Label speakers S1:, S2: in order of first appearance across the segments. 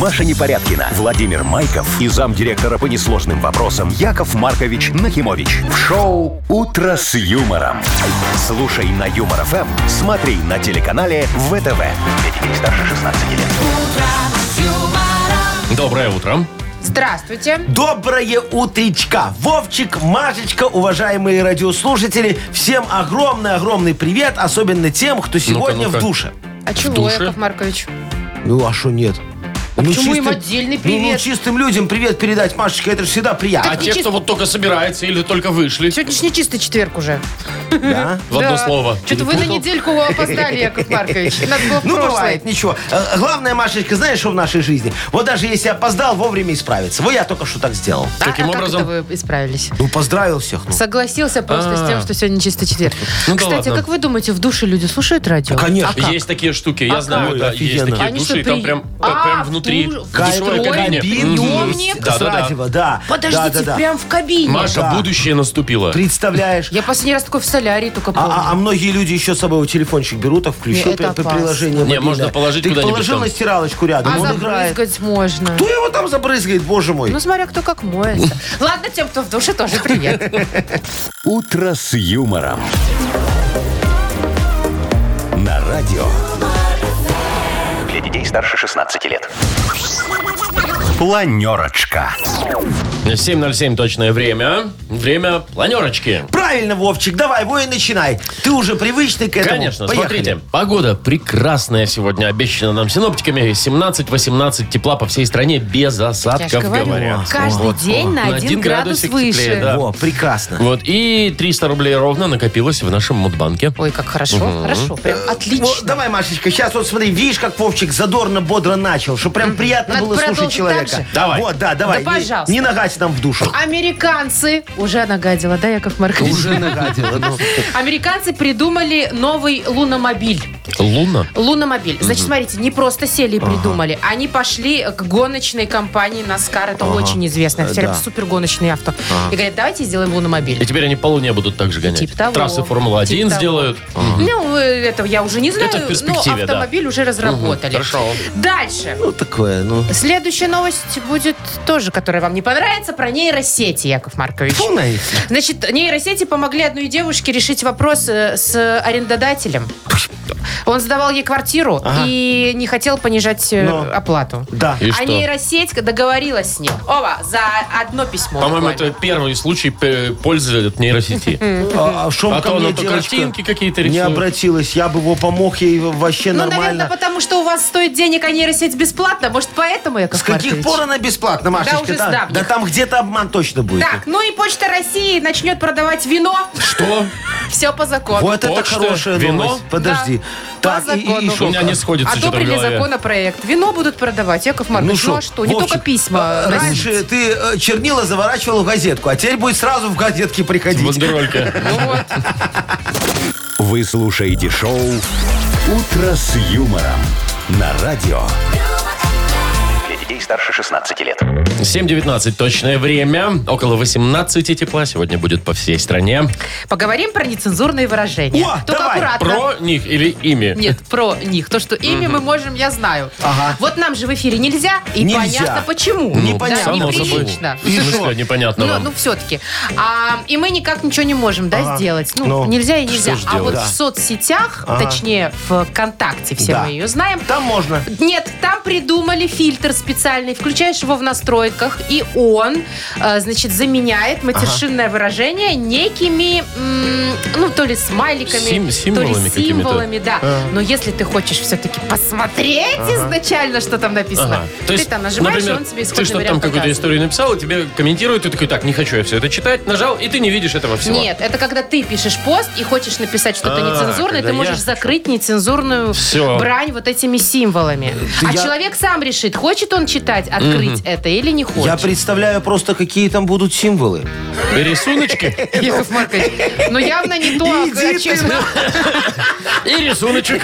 S1: Маша Непорядкина, Владимир Майков и замдиректора по несложным вопросам Яков Маркович Нахимович. В шоу «Утро с юмором». Слушай на Юмор ФМ, смотри на телеканале ВТВ. Для детей старше 16 лет.
S2: Доброе утро.
S3: Здравствуйте.
S4: Доброе утречка. Вовчик, Машечка, уважаемые радиослушатели, всем огромный-огромный привет, особенно тем, кто сегодня
S2: ну-ка.
S4: в душе.
S3: А чего,
S2: душе?
S3: Яков Маркович?
S4: Ну, а что нет? ну,
S3: А почему им отдельный
S4: ну, Ну,
S3: привет?
S4: чистым людям привет передать, Машечка, это же всегда приятно.
S2: А те,
S3: чисто-
S2: кто вот только собирается или только вышли,
S3: Сегодня ж не чистый четверг уже.
S4: да?
S2: в одно слово.
S3: Что-то вы на
S2: перепутал.
S3: недельку опоздали, Яков Маркович. Надо было в
S4: Ну,
S3: прошлое.
S4: бывает, ничего. Э, Главное, Машечка, знаешь, что в нашей жизни? Вот даже если опоздал, вовремя исправиться. Вот я только что так сделал.
S3: А-
S2: Каким
S3: а как
S2: образом?
S3: это вы исправились?
S4: Ну, поздравил всех. ну.
S3: Согласился просто с тем,
S2: А.
S3: что сегодня чистый четверг.
S2: Ну да
S3: Кстати,
S2: ладно.
S3: а как вы думаете, в душе люди слушают радио?
S4: Конечно.
S3: А как?
S2: Есть такие штуки, я
S3: А
S2: знаю,
S4: как?
S2: да,
S4: Ой,
S2: есть
S4: офигенно.
S2: такие
S3: Они
S2: души,
S3: что,
S2: там
S3: при-
S2: прям,
S3: А,
S2: там прям
S3: в
S2: внутри,
S3: душ-
S2: в
S3: Кайф,
S2: душевой
S3: ой,
S2: кабине.
S4: Кабин,
S2: Мгм.
S3: Приемник.
S2: Да, да, да.
S4: Радио, да.
S3: Подождите,
S4: Да, да, да.
S3: прям в кабине.
S2: Маша,
S4: Да.
S2: будущее наступило.
S4: Представляешь?
S3: Я последний раз только в солярии только помню.
S4: А, а- а многие люди еще с собой телефончик берут, а включил
S3: Не, это
S4: при- при-
S3: опасно.
S4: приложение
S3: Не,
S4: мобильное.
S2: можно положить
S4: Ты
S2: куда-нибудь
S4: положил
S2: там.
S4: на стиралочку рядом,
S3: А
S4: он играет.
S3: забрызгать можно.
S4: Кто его там забрызгает, боже мой?
S3: Ну, смотря кто как моется. Ладно, тем, кто в душе, тоже привет.
S1: «Утро с юмором». На радио. Для детей старше 16 лет. Планерочка.
S2: 7.07 точное время. Время планерочки.
S4: Правильно, Вовчик, давай, вой и начинай. Ты уже привычный к этому.
S2: Конечно,
S4: Поехали.
S2: смотрите. Погода прекрасная сегодня, обещана нам синоптиками. 17-18 тепла по всей стране без
S3: Я
S2: осадков,
S3: же говорю,
S2: говорят.
S3: каждый
S2: Вот.
S3: день на один градус
S2: градусик
S3: выше.
S2: теплее, да.
S4: Во, прекрасно.
S2: Вот, и 300 рублей ровно накопилось в нашем мудбанке.
S3: Ой, как хорошо, хорошо, прям отлично.
S4: Вот, давай, Машечка, сейчас вот смотри, видишь, как Вовчик задорно, бодро начал, что прям приятно
S3: Надо
S4: было слушать
S3: продолжить так
S4: человека.
S3: же?
S2: Давай.
S4: Вот, да, давай.
S3: Да
S4: не-
S3: пожалуйста. А.
S4: Не, нагать нам в душу.
S3: Американцы, уже нагадила, да, Яков Маркович?
S4: Уже нагадила. ну.
S3: Американцы придумали новый луномобиль.
S2: Луна.
S3: Луномобиль. Значит, смотрите, не просто сели и придумали. Они пошли к гоночной компании NASCAR. Это очень известная, все
S4: Э, да.
S3: супергоночные авто. И говорят, давайте сделаем луномобиль.
S2: И теперь они по Луне будут так же гонять.
S3: Типа того.
S2: Трассы Формула-1
S3: Типа того.
S2: сделают.
S3: Ну, э, это я уже не знаю,
S2: Это в
S3: но
S2: перспективе, да.
S3: автомобиль уже разработали.
S2: хорошо.
S3: Дальше.
S4: Ну, такое, ну.
S3: Следующая новость будет тоже, которая вам не понравится, про нейросети, Яков Маркович.
S4: Фу на их.
S3: Значит, нейросети помогли одной девушке решить вопрос э, с арендодателем. Он сдавал ей квартиру и не хотел понижать э,
S4: Но.
S3: оплату.
S4: Да.
S2: И
S3: а
S2: что?
S3: нейросеть договорилась с ним. Ова, за одно письмо.
S2: По-моему, это
S3: буквально.
S2: первый случай э, пользы от нейросети.
S4: А, а шо
S2: А
S4: ко
S2: то
S4: мне
S2: она то
S4: девочка
S2: картинки какие-то
S4: Не
S2: рисует.
S4: обратилась, я бы его помог ей вообще
S3: Ну, наверное,
S4: нормально.
S3: потому что у вас стоит денег, а нейросеть бесплатно. Может, поэтому, Яков
S4: С каких
S3: Маркович?
S4: пор она бесплатна, Машечка?
S3: уже с давних.
S4: да там где-то обман точно будет.
S3: Так, ну и Почта России начнет продавать вино.
S2: Что?
S3: Все по закону.
S4: Вот это
S2: Почта,
S4: хорошая
S2: вино.
S4: новость. Подожди.
S3: Да, по
S4: Так, и- и,
S3: закону.
S4: шо?
S2: У меня не сходится что-то в
S3: Одобрили
S2: голове.
S3: законопроект. Вино будут продавать, Яков Маркович. Ну,
S4: шо,
S3: а что? Не
S4: Вовчик,
S3: только письма.
S4: а,
S3: носить.
S4: Раньше ты э, чернила заворачивал в газетку, а теперь будет сразу в газетке приходить.
S2: Бандеролька.
S3: Ну вот.
S1: Вы слушаете шоу «Утро с юмором» на радио. Для детей старше 16 лет.
S2: 7.19 точное время. Около 18 тепла сегодня будет по всей стране.
S3: Поговорим про нецензурные выражения.
S4: О,
S3: Только
S4: давай.
S3: аккуратно.
S2: Про них или ими?
S3: Нет, про них. То, что ими мы можем, я знаю.
S4: Ага.
S3: Вот нам же в эфире нельзя, и
S4: Нельзя.
S3: понятно почему.
S2: Ну,
S4: Непонятно.
S3: Да,
S2: само собой.
S3: неприлично.
S2: В смысле, непонятно
S3: Ну,
S2: вам.
S3: ну, все-таки. А, и мы никак ничего не можем, да,
S4: Ага.
S3: сделать. Ну,
S4: Ну,
S3: нельзя и нельзя.
S2: ж
S3: А
S2: делать?
S3: вот
S4: Да.
S3: в соцсетях, точнее, в ВКонтакте, все
S4: Да.
S3: мы ее знаем,
S4: Там можно.
S3: Нет, там придумали фильтр специальный. Включаешь его в настройках, и он, э, значит, заменяет матершинное выражение некими, м, ну, то ли смайликами,
S2: Сим-
S3: то
S2: символами
S3: ли
S2: какими-то.
S3: символами, да. Но если ты хочешь все-таки посмотреть изначально, что там написано,
S2: Ага.
S3: ты там нажимаешь, и он тебе
S2: ты
S3: исходный
S2: что там
S3: вариант
S2: какую-то
S3: показывает.
S2: историю написал, и тебе комментируют, и ты такой, так, не хочу я все это читать, нажал, и ты не видишь этого всего.
S3: Нет, это когда ты пишешь пост и хочешь написать что-то
S2: А,
S3: нецензурное,
S2: когда
S3: ты можешь
S2: я-
S3: закрыть нецензурную
S2: Всё.
S3: брань вот этими символами.
S4: Да
S3: а
S4: я-
S3: человек сам решит, хочет он читать, открыть это или не хочет.
S4: Я представляю просто, какие там будут символы.
S2: Рисуночки
S3: Яков Маркович, ну явно не то, о
S4: Иди ты,
S3: чем-
S2: и рисуночек.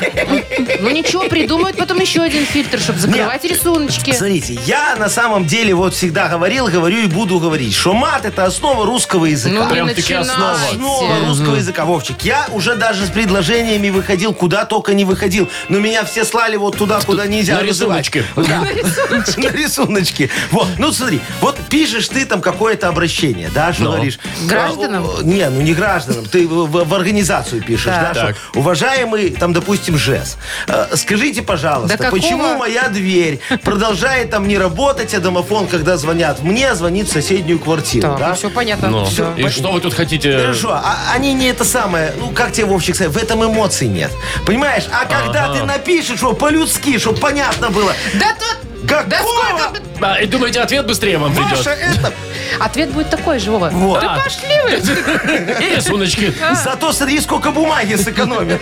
S3: Ну ничего, придумают потом еще один фильтр, чтобы закрывать рисуночки.
S4: Смотрите, я на самом деле вот всегда говорил, говорю и буду говорить, что мат это основа русского языка.
S3: Ну не
S2: Прям-таки основа.
S3: начинайте.
S4: Основа Ну, русского языка, Вовчик. Я уже даже с предложениями выходил, куда только не выходил. Но меня все слали вот туда, куда нельзя.
S2: на
S4: вызывать.
S3: Ну,
S2: рисуночке.
S4: Да. на рисуночке. Вот, ну смотри, вот пишешь ты там какое-то обращение, да, что
S2: Ну.
S4: говоришь?
S3: Гражданам?
S4: Э, э, Не, ну не гражданам, ты в, в- в организацию пишешь, да,
S3: Так.
S4: что
S2: Так.
S4: уважаемый, там, допустим, ЖЭС, э, скажите, пожалуйста,
S3: Да какого-
S4: почему моя дверь продолжает там не работать, а домофон, когда звонят, мне звонит в соседнюю квартиру,
S3: Так,
S4: да?
S3: все понятно.
S2: Ну,
S3: Всё.
S2: и что вы тут хотите?
S4: Хорошо, а они не это самое, ну как тебе Вовчик сказать, в этом эмоций нет. Понимаешь? А когда
S2: Ага.
S4: ты напишешь, что по-людски, чтобы понятно было,
S3: Да тут...
S4: Какого?
S3: Да сколько... тут-
S2: А, и думаете, ответ быстрее вам
S4: Маша,
S2: придет?
S4: это...
S3: Ответ будет такой же, Вова.
S4: Вот.
S3: Да
S2: А.
S3: пошли вы.
S2: И рисуночки.
S3: А.
S4: Зато смотри, сколько бумаги сэкономим.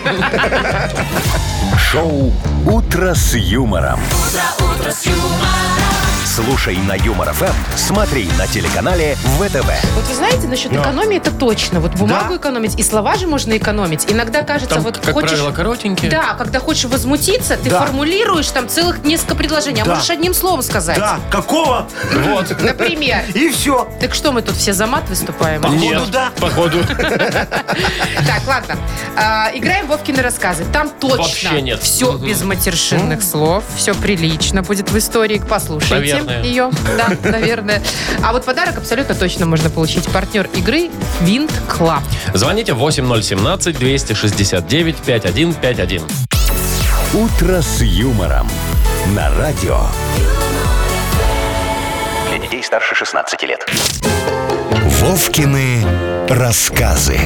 S1: Шоу «Утро с юмором». Слушай на Юмор ФМ, смотри на телеканале ВТВ.
S3: Вот вы знаете, насчет экономии это точно. Вот бумагу
S4: Да.
S3: экономить, и слова же можно экономить. Иногда кажется,
S2: Там,
S3: вот
S2: как
S3: хочешь...
S2: правило, коротенькие.
S3: Да, когда хочешь возмутиться, ты
S4: Да.
S3: формулируешь там целых несколько предложений, а
S4: Да.
S3: можешь одним словом сказать.
S4: Да, какого?
S2: Вот.
S3: Например.
S4: И все.
S3: Так что мы тут все за мат выступаем?
S4: Походу,
S2: Нет,
S4: да.
S2: походу.
S3: Так, ладно. А, Играем Вовкины рассказы. Там точно
S2: Вообще нет.
S3: все
S2: Мгм.
S3: без матершинных слов. Все прилично будет в истории. Послушайте
S2: Наверное.
S3: ее. Да, наверное. А вот подарок абсолютно точно можно получить. Партнер игры Винт Клаб.
S2: Звоните 8017-269-5151.
S1: «Утро с юмором» на радио.
S5: Для детей старше 16 лет.
S1: Вовкины рассказы.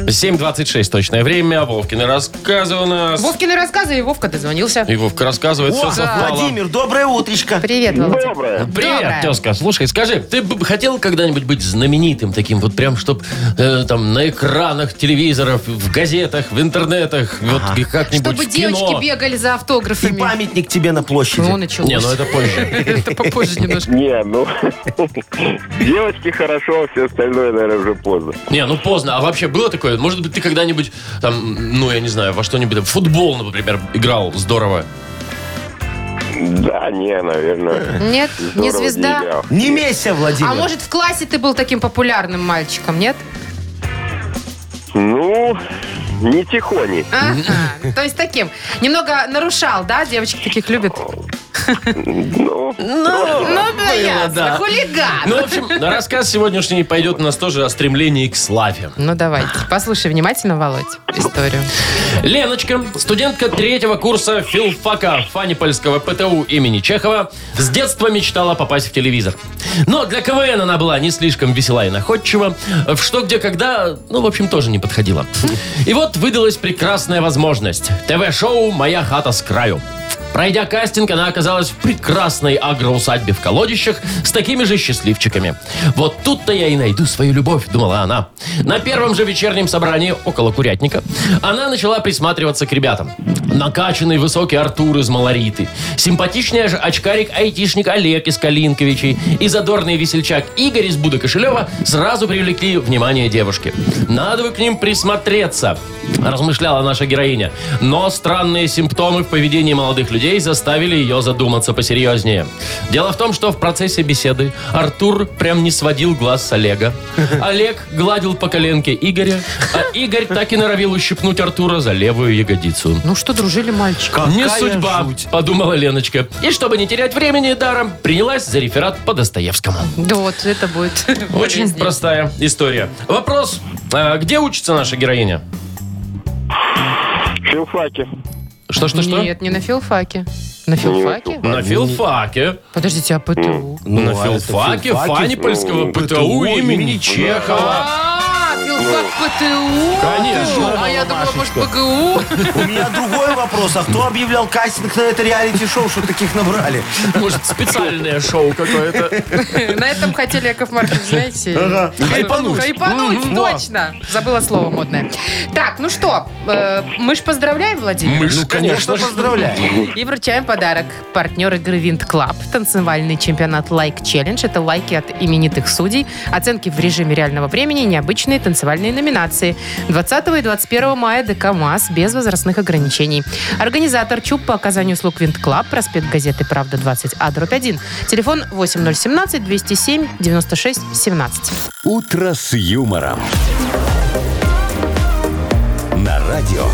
S2: 7.26 точное время. Вовкины рассказы у нас.
S3: Вовкины рассказы, и Вовка дозвонился.
S2: И Вовка рассказывает, все
S4: О, Владимир, доброе утречко.
S3: Привет, Володя.
S6: Доброе.
S2: Привет,
S3: Доброе.
S2: тезка. Слушай, скажи, ты бы хотел когда-нибудь быть знаменитым таким, вот прям, чтоб э, там на экранах телевизоров, в газетах, в интернетах, вот и как-нибудь
S3: Чтобы
S2: в кино?
S3: девочки бегали за
S4: И
S3: автографами.
S4: памятник тебе на
S3: Ну,
S4: площади.
S3: началось.
S2: Не, ну это позже.
S3: Это попозже немножко.
S6: Не, ну, девочки хорошо, а все остальное, наверное, уже поздно.
S2: Не, ну поздно. А вообще было такое? Может быть, ты когда-нибудь там, ну я не знаю, во что-нибудь, там, в футбол, например, играл здорово.
S6: Да, не, наверное.
S3: Нет,
S6: Здорово
S3: не звезда.
S6: играл.
S4: Не меся, Владимир.
S3: А может, в классе ты был таким популярным мальчиком, нет?
S6: Ну, не тихони.
S3: Ага. То есть таким. Немного нарушал, да? Девочки таких любят.
S6: Ну,
S3: Ну, да,
S2: да.
S3: ясно.
S2: Ну,
S3: Хулиган.
S2: в общем, рассказ сегодняшний пойдет у нас тоже о стремлении к славе.
S3: Ну, давайте. Послушай внимательно, Володь, историю.
S2: Леночка, студентка третьего курса филфака Фанипольского ПТУ имени Чехова, с детства мечтала попасть в телевизор. Но для КВН она была не слишком весела и находчива, в что, где, когда, ну, в общем, тоже не подходила. И вот выдалась прекрасная возможность. ТВ-шоу «Моя хата с краю». Пройдя кастинг, она оказалась в прекрасной агроусадьбе в Колодищах с такими же счастливчиками. Вот тут-то я и найду свою любовь, думала она. На первом же вечернем собрании около курятника она начала присматриваться к ребятам. Накачанный высокий Артур из Малориты, симпатичный же очкарик-айтишник Олег из Калинковичей и задорный весельчак Игорь из Буда Кошелева сразу привлекли внимание девушки. Надо бы к ним присмотреться, размышляла наша героиня. Но странные симптомы в поведении молодых людей заставили ее задуматься посерьезнее. Дело в том, что в процессе беседы Артур прям не сводил глаз с Олега. Олег гладил по коленке Игоря, а Игорь так и норовил ущипнуть Артура за левую ягодицу.
S3: Ну что, дружили мальчика?
S4: Какая
S2: Не судьба,
S4: жуть.
S2: подумала Леночка. И чтобы не терять времени даром, принялась за реферат по Достоевскому.
S3: Да вот, это будет
S2: Очень
S3: полезнее.
S2: простая история. Вопрос, а, где учится наша героиня?
S6: филфаки.
S2: Что-что-что?
S3: Нет, не на филфаке. На филфаке?
S2: На филфаке.
S3: Подождите, а ПТУ?
S4: Ну,
S2: на
S4: а это
S2: филфаке Фанипольского
S6: ну,
S2: ПТУ имени
S4: имени
S2: Чехова.
S3: А, филфак ПТУ?
S2: Ну. Конечно.
S3: А я думала, может, БГУ?
S4: У меня другой вопрос. А кто объявлял кастинг на это реалити-шоу, что таких набрали?
S2: Может, специальное шоу какое-то.
S3: На этом хотели, Яков Маркович, знаете... Э,
S4: Хайпануть.
S3: Хайпануть,
S2: Мгм.
S3: точно. Забыла слово модное. Так, ну что, э, мы ж поздравляем, Владимир.
S2: Мы ж, конечно
S4: Конечно,
S2: ж.
S4: поздравляю.
S3: И вручаем подарок. Партнер игры Винт Клаб. Танцевальный чемпионат Лайк Челлендж. Это лайки от именитых судей. Оценки в режиме реального времени. Необычные танцевальные номинации. 20 и 21 мая ДК МАЗ без возрастных ограничений. Организатор ЧУП по оказанию услуг Винт Клаб. Проспект газеты «Правда» 20 А дробь 1. Телефон 8017 207 96 17.
S1: «Утро с юмором». На радио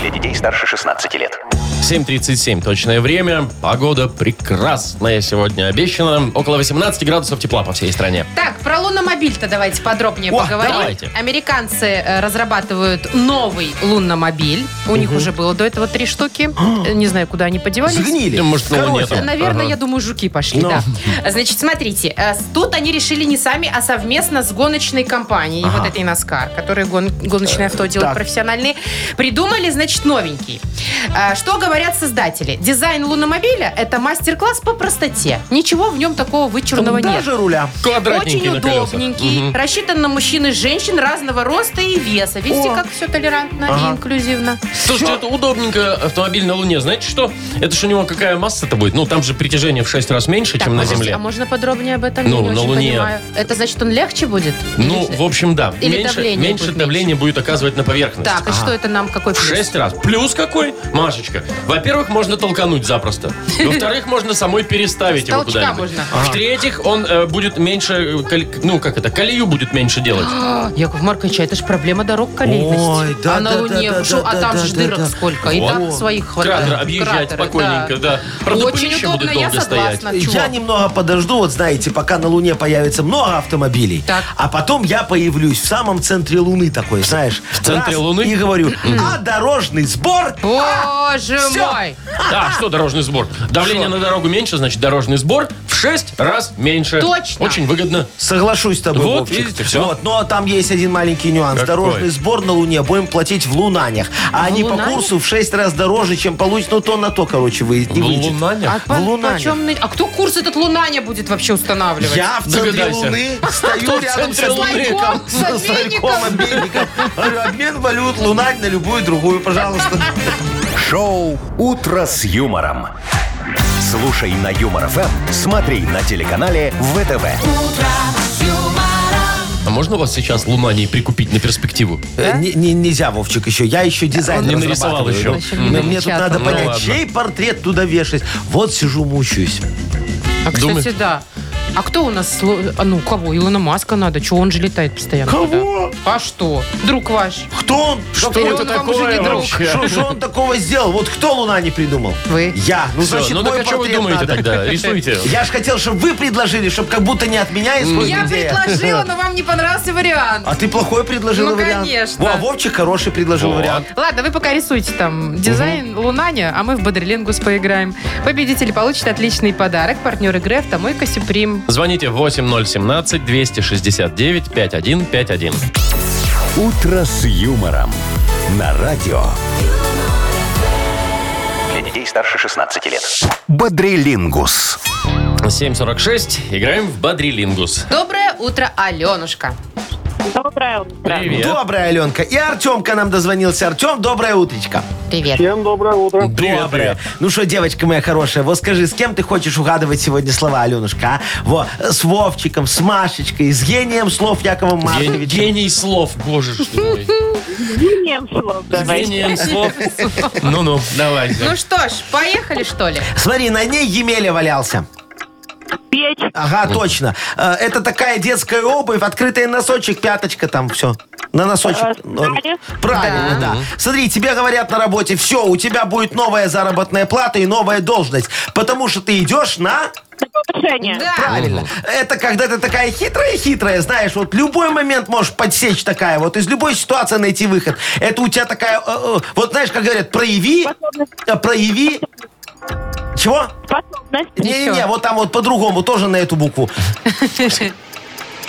S5: Для детей старше 16 лет.
S2: 7.37 точное время. Погода прекрасная сегодня обещана. Около 18 градусов тепла по всей стране.
S3: Так, про луномобиль-то давайте подробнее
S4: О,
S3: поговорим.
S2: давайте.
S3: Американцы э, разрабатывают новый лунномобиль. У них уже было до этого три штуки. Э, Не знаю, куда они подевались.
S4: А! Сгнили.
S2: Да, может, на Луне
S4: Короче,
S2: там.
S3: Наверное,
S2: Ага.
S3: я думаю, жуки пошли,
S4: Ну.
S3: да. Значит, смотрите, э, с- тут они решили не сами, а совместно с гоночной компанией, вот этой NASCAR, которые гон- гоночные авто делают
S4: Э, так.
S3: профессиональные, придумали, значит, новенький. Э, Что говорят создатели? Дизайн луномобиля – это мастер-класс по простоте. Ничего в нем такого вычурного нет.
S4: Даже руля.
S2: Квадратненький
S3: Очень
S2: на колесах.
S3: удобненький,
S2: Мгм.
S3: рассчитан на мужчин и женщин разного роста и веса. Видите,
S4: О.
S3: как все толерантно и инклюзивно.
S2: Слушайте, это удобненько автомобиль на Луне. Знаете что? Это же у него какая масса-то будет? Ну, там же притяжение в 6 раз меньше,
S3: Так,
S2: чем на
S3: подожди,
S2: Земле.
S3: А можно подробнее об этом?
S2: Ну,
S3: Я не
S2: на
S3: очень
S2: Луне.
S3: понимаю. Это значит, он легче будет?
S2: Ну,
S3: Или-
S2: в общем, да.
S3: Или
S2: меньше
S3: давление
S2: меньше
S3: будет
S2: давление будет оказывать на поверхность.
S3: Так, и что это нам какой
S2: В
S3: плюс?
S2: шесть раз. Плюс какой, Машечка? Во-первых, можно толкануть запросто. Во-вторых, можно самой переставить
S3: С
S2: его
S3: толчка
S2: куда-нибудь.
S3: можно.
S2: В-третьих, он э, будет меньше, э, коль- ну как это, колею будет меньше делать.
S3: А, Яков Маркович, а это же проблема дорог колейности.
S4: Ой, да,
S3: а на
S4: да,
S3: Луне,
S4: да, да,
S3: шо, а
S4: да,
S3: там
S4: да,
S3: же
S4: да,
S3: дырок
S4: да.
S3: сколько, и
S2: Во.
S3: так своих хватает.
S2: Кратер объезжать
S3: Кратеры,
S2: спокойненько, да. Правда,
S3: Очень
S2: пылище
S3: удобно,
S2: будет
S3: я
S2: долго
S3: согласна.
S2: стоять.
S3: Чего?
S4: Я немного подожду, вот знаете, пока на Луне появится много автомобилей,
S3: Так.
S4: а потом я появлюсь в самом центре Луны такой, знаешь. В
S2: центре Луны?
S4: И говорю, а дорожный сбор
S3: Боже
S4: Всё.
S3: мой!
S2: Да, что дорожный сбор? Давление на дорогу меньше, значит дорожный сбор в 6 раз меньше.
S3: Точно.
S2: Очень выгодно.
S4: Соглашусь с тобой,
S2: Вот,
S4: Вовчик.
S2: видите, всё.
S4: Вот, но там есть один маленький нюанс.
S2: Какой?
S4: Дорожный сбор на Луне будем платить в лунанях. А они по
S3: лунанях?
S4: курсу в 6 раз дороже, чем получится. Ну, то на то, короче, выйдет. Не
S2: В
S4: выйдет.
S2: лунанях?
S3: А, по-
S4: лунане.
S3: почем на- а кто курс этот Лунаня будет вообще устанавливать?
S4: Я в центре
S2: Догадайся.
S4: Луны стою
S2: Кто в
S4: рядом с
S2: центре Луны?
S4: обменником.
S3: С ларьком, с обменником.
S4: обменником. Говорю, обмен валют, лунань на любую другую, пожалуйста.
S1: Шоу «Утро с юмором». Слушай на Юмор ФМ, смотри на телеканале ВТВ.
S2: А можно у вас сейчас лунаний прикупить на перспективу?
S4: Э, не- не- Нельзя, Вовчик, еще. Я еще дизайн
S2: Он не нарисовал
S4: разрабатываю.
S3: Еще
S4: Ну,
S2: еще.
S3: не
S4: Мне мне тут
S3: напечатал.
S4: надо
S2: Ну,
S4: понять,
S2: ладно.
S4: чей портрет туда вешать. Вот сижу, мучаюсь.
S3: А, кстати,
S2: Думаете?
S3: да. А кто у нас... сло- а, Ну, кого? Илона Маска надо. Чего он же летает постоянно?
S4: Кого?
S3: туда? А что? Друг ваш.
S4: Кто он?
S3: Что
S4: Какой
S3: это
S4: он вам
S3: такое
S4: уже не друг?
S2: вообще?
S4: Что же он такого сделал? Вот кто Луна не придумал?
S3: Вы.
S4: Я. Ну,
S2: Всё,
S4: значит,
S2: ну так
S4: мой
S2: а что вы
S4: портрет
S2: думаете
S4: надо.
S2: тогда? Рисуйте.
S4: Я же хотел, чтобы вы предложили, чтобы как будто не от меня исходит
S3: Я
S4: идея.
S3: предложила, но вам не понравился вариант.
S4: А ты плохой предложила
S3: Ну,
S4: вариант?
S3: конечно.
S4: Во, а Вовчик хороший предложил
S2: Вот.
S4: вариант.
S3: Ладно, вы пока рисуйте там дизайн Лунаня, а мы в Бодрилингус поиграем. Победитель получит отличный подарок. Партнер игры «Автомойка Сюприм».
S2: Звоните 8017-269-5151.
S1: «Утро с юмором» на радио
S5: Для детей старше 16 лет.
S1: «Бодрилингус».
S2: 7.46. Играем в Бадрилингус.
S3: Доброе утро, Аленушка.
S7: Доброе утро.
S2: Привет.
S4: Добрая, Аленка. И Артемка нам дозвонился. Артем, доброе утречко.
S3: Привет.
S6: Всем доброе утро.
S2: Привет, привет.
S4: Ну что, девочка моя хорошая, вот скажи, с кем ты хочешь угадывать сегодня слова, Аленушка, а? Во, с Вовчиком, с Машечкой, с гением слов Якова
S2: Ген-
S4: Марковича.
S2: Гений слов, боже ж ты мой.
S7: Гением слов давай.
S2: Гением слов. Ну-ну, давай.
S3: Ну что ж, поехали, что ли?
S4: Смотри, на ней Емеля валялся.
S7: Печь,
S4: Ага, точно. Э, Это такая детская обувь, открытый носочек, пяточка там, все. На носочек. Ну,
S7: Э, стали.
S4: Правильно, да. Смотри, тебе говорят на работе, все, у тебя будет новая заработная плата и новая должность, потому что ты идешь на...
S7: повышение.
S4: Правильно. Это когда ты такая хитрая-хитрая, знаешь, вот любой момент можешь подсечь такая, вот из любой ситуации найти выход. Это у тебя такая, э, э, вот знаешь, как говорят, прояви, э, прояви... Чего?
S7: Способность.
S4: Не-не-не, вот там вот по-другому, тоже на эту букву.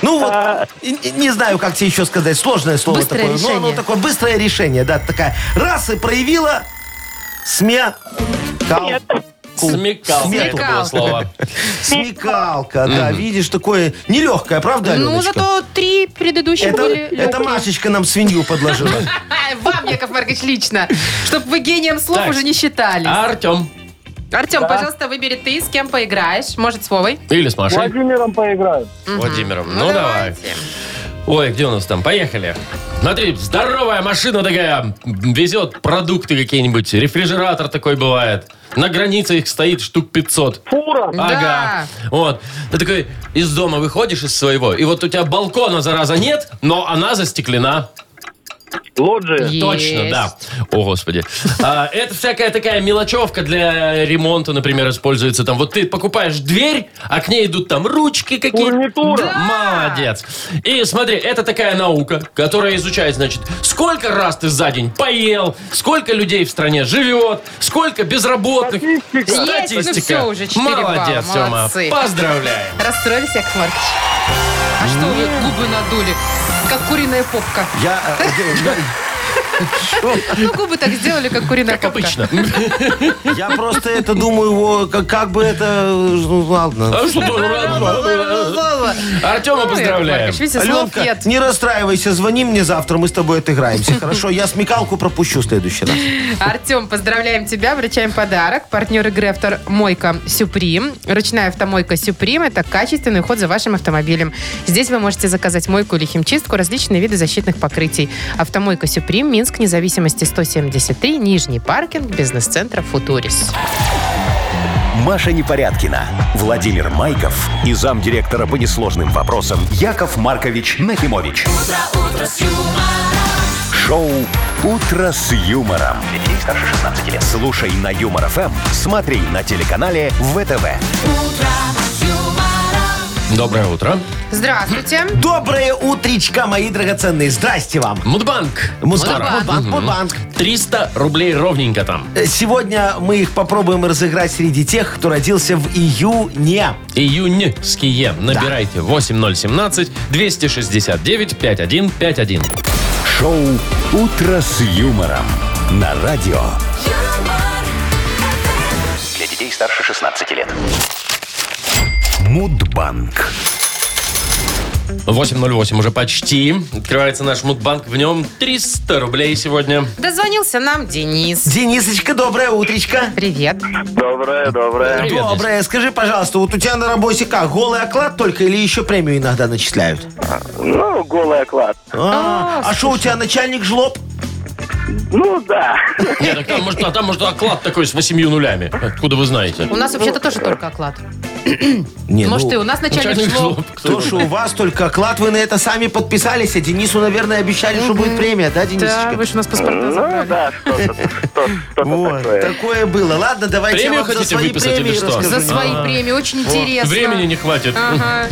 S4: Ну вот, и- и не знаю, как тебе еще сказать, сложное слово
S3: А. Быстрое
S4: такое. Ну, оно
S3: решение.
S4: такое быстрое решение, да, такая. Раз и проявила сме... кал-
S7: Нет.
S4: ку-
S2: Смекалка.
S4: смету.
S2: Это было слово.
S4: Смекалка, да, видишь, такое нелегкое, правда,
S3: Ну,
S4: Аленочка?
S3: зато три предыдущих
S4: это,
S3: были
S4: это
S3: легкие.
S4: Машечка нам свинью подложила.
S3: Ай, Вам, Яков Маркович, лично. Чтобы вы гением слов
S2: Так. А?
S3: уже не считали.
S2: Артем.
S3: Артем, пожалуйста, выбери ты, с кем поиграешь. Может, с Вовой?
S2: Или с Машей.
S6: Владимиром поиграю.
S2: Владимиром. Ну, давай.
S3: давайте.
S2: Ой, где у нас там? Поехали. Смотри, здоровая машина такая. м, Везет продукты какие-нибудь. Рефрижератор такой бывает. На границе их стоит штук 500.
S6: Фура.
S2: Ага.
S3: Да.
S2: Вот. Ты такой из дома выходишь из своего, и вот у тебя балкона, зараза, нет, но она застеклена.
S6: Лоджия.
S3: Есть.
S2: Точно, да. О, господи. А, это всякая такая мелочевка для ремонта, например, используется. Там вот ты покупаешь дверь, а к ней идут там ручки какие-то.
S6: Фурнитура.
S2: Да. Молодец. И смотри, это такая наука, которая изучает, значит, сколько раз ты за день поел, сколько людей в стране живет, сколько безработных.
S6: Статистика.
S3: Есть, ну всё уже, четыре
S2: Молодец,
S3: балла,
S2: Сёма.
S3: молодцы.
S2: Поздравляем.
S3: Расстроились, Яков Маркович? А что вы губы надули? Как куриная попка.
S4: Я... э, э,
S3: Ну, губы так сделали, как куриная
S2: Как
S3: попка.
S2: обычно.
S4: я- Я просто это думаю, во, как как бы это... Ну, ладно.
S2: А что ты? Артема
S3: Ну, Яков
S2: поздравляем.
S3: Маркович, видите, слов
S4: Аленка,
S3: нет.
S4: не расстраивайся, звони мне завтра, мы с тобой отыграемся, хорошо? Я смекалку пропущу в следующий раз.
S3: Артем, поздравляем тебя, вручаем подарок. Партнер игры «Автомойка Сюприм». Ручная автомойка Сюприм – это качественный уход за вашим автомобилем. Здесь вы можете заказать мойку или химчистку, различные виды защитных покрытий. Автомойка Сюприм, Минск, независимости 173, Нижний паркинг, бизнес-центр «Футурис».
S1: Маша Непорядкина, Владимир Майков и замдиректора по несложным вопросам Яков Маркович Нахимович. Шоу Утро с юмором. Детей старше 16 лет. Слушай на юмор ФМ, смотри на телеканале ВТВ.
S2: Доброе утро.
S3: Здравствуйте.
S4: Доброе утречко, мои драгоценные. Здрасте вам.
S2: Мудбанк.
S4: Мудбанк,
S2: Скоро.
S4: Мудбанк, Мудбанк.
S2: 300 рублей ровненько там.
S4: Э, Сегодня мы их попробуем разыграть среди тех, кто родился в июне.
S2: Июньские. Набирайте 8017-269-5151.
S1: Шоу Утро с юмором на радио.
S5: Для детей старше 16 лет.
S1: Мудбанк.
S2: 808 уже почти. Открывается наш мудбанк. В нем 300 рублей сегодня.
S3: Дозвонился нам Денис.
S4: Денисочка, доброе утречко.
S3: Привет.
S6: Доброе, доброе.
S2: Привет,
S4: Доброе. Скажи, пожалуйста, вот у тебя на работе как, голый оклад только или еще премию иногда начисляют?
S6: Ну, голый оклад.
S4: А а что, у тебя начальник жлоб?
S6: Ну, да.
S2: Нет, так там, может, а там, может, оклад такой с восемью нулями. Откуда вы знаете?
S3: У нас вообще-то тоже только оклад.
S4: Не,
S3: Может,
S4: ну,
S3: и у нас начальник
S2: Начальник
S3: жлоб.
S2: жлоб.
S4: То, что у вас только оклад, вы на это сами подписались, а Денису, наверное, обещали, что будет премия, да,
S3: Да,
S4: Денисочка?
S3: вы же у нас паспорта
S6: Ну,
S3: забрали.
S6: да, что-то что- что-то
S4: Вот,
S6: такое.
S4: такое было. Ладно, давайте
S2: Премию
S4: я вам за
S2: хотите
S4: свои
S2: выписать или
S4: премии
S2: что?
S4: расскажу.
S3: За свои премии. Очень интересно.
S2: Времени не хватит.
S3: Ага.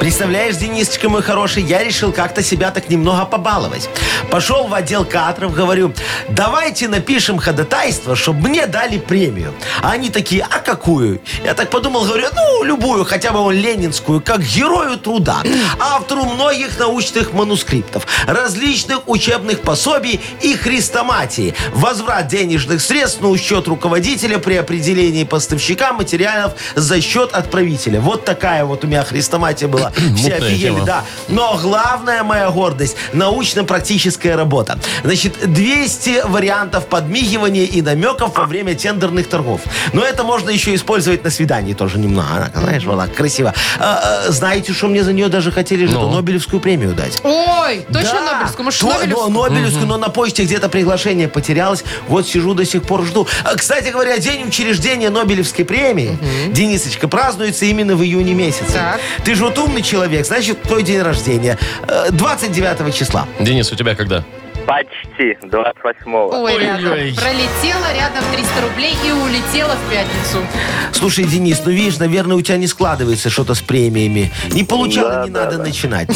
S4: Представляешь, Денисочка, мой хороший, я решил как-то себя так немного побаловать. Пошел в отдел кадров, говорю, давайте напишем ходатайство, чтобы мне дали премию. А они такие, а какую? Я так подумал, говорю, ну, любую, хотя бы он ленинскую, как герою труда, автору многих научных манускриптов, различных учебных пособий и хрестоматии, возврат денежных средств на учет руководителя при определении поставщика материалов за счет отправителя. Вот такая вот у меня хрестоматия была. Все
S2: Мутная
S4: офигели,
S2: тема.
S4: да. Но главная моя гордость – научно-практическая работа. Значит, 200 вариантов подмигивания и намеков во время тендерных торгов. Но это можно еще использовать на свидании тоже немного. Она, знаешь, была красиво. А, а, знаете, что мне за нее даже хотели же
S2: Ну.
S4: Нобелевскую премию дать?
S3: Ой, точно
S4: Да.
S3: Нобелевскую? Может,
S4: То-
S3: Нобелевскую?
S4: но- Нобелевскую, но на почте где-то приглашение потерялось. Вот сижу до сих пор жду. А, Кстати говоря, день учреждения Нобелевской премии, Денисочка, празднуется именно в июне месяце.
S3: Так.
S4: Ты же вот умный человек, значит, твой день рождения. Э, 29 числа.
S2: Денис, у тебя когда?
S6: Почти 28-го.
S3: Ой,
S2: Ой,
S3: рядом.
S2: ой.
S3: Пролетела рядом 300 рублей и улетела в пятницу.
S4: Слушай, Денис, ну видишь, наверное, у тебя не складывается что-то с премиями. Не получало,
S6: Да,
S4: не
S6: да,
S4: надо
S6: да.
S4: начинать.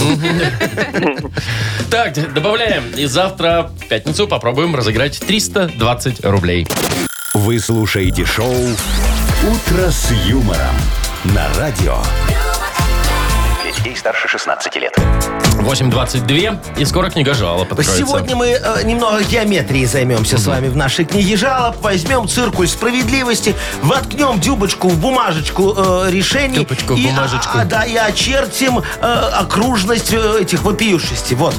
S2: Так, д- добавляем. И завтра, в пятницу, попробуем разыграть 320 рублей.
S1: Вы слушаете шоу Утро с юмором на радио.
S5: Для детей старше 16 лет.
S2: 8.22. И скоро книга жалоб откроется.
S4: Сегодня мы э, немного геометрией займемся с вами в нашей книге жалоб. Возьмем циркуль справедливости, воткнем дюбочку в бумажечку э, решений.
S2: Дюбочку в
S4: и,
S2: бумажечку.
S4: а, да, и очертим э, окружность э, этих вопиюшестей. Вот.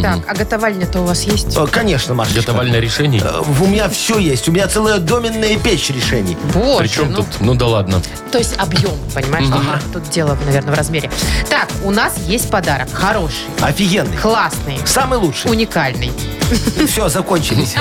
S3: Так, а готовальня-то у вас есть?
S4: Э, конечно, Машечка.
S2: Готовальное решение.
S4: Э, У меня все есть. У меня целая доменная печь решений.
S3: Боже,
S2: Причем
S3: ну,
S2: тут? Ну да ладно.
S3: то есть объем, понимаешь? Тут дело, наверное, в размере. Так, у нас есть подарок. Хороший. муж
S4: Офигенный.
S3: классный,
S4: Самый лучший.
S3: уникальный.
S4: Все, закончились.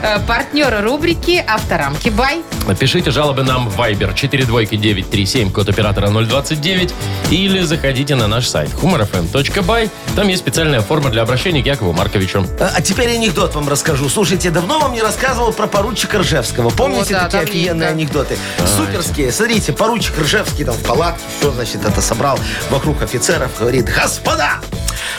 S3: Э, Партнер рубрики «Авторамки Бай».
S2: Пишите жалобы нам в Viber 42937, код оператора 029, или заходите на наш сайт humorfm.by. Там есть специальная форма для обращения к Якову Марковичу.
S4: А а теперь анекдот вам расскажу. Слушайте, давно вам не рассказывал про поручика Ржевского. Помните
S3: О, да,
S4: такие
S3: давненько.
S4: офигенные анекдоты? Суперские. Смотрите, поручик Ржевский там в палатке, все, значит, это собрал вокруг офицеров, говорит, господа,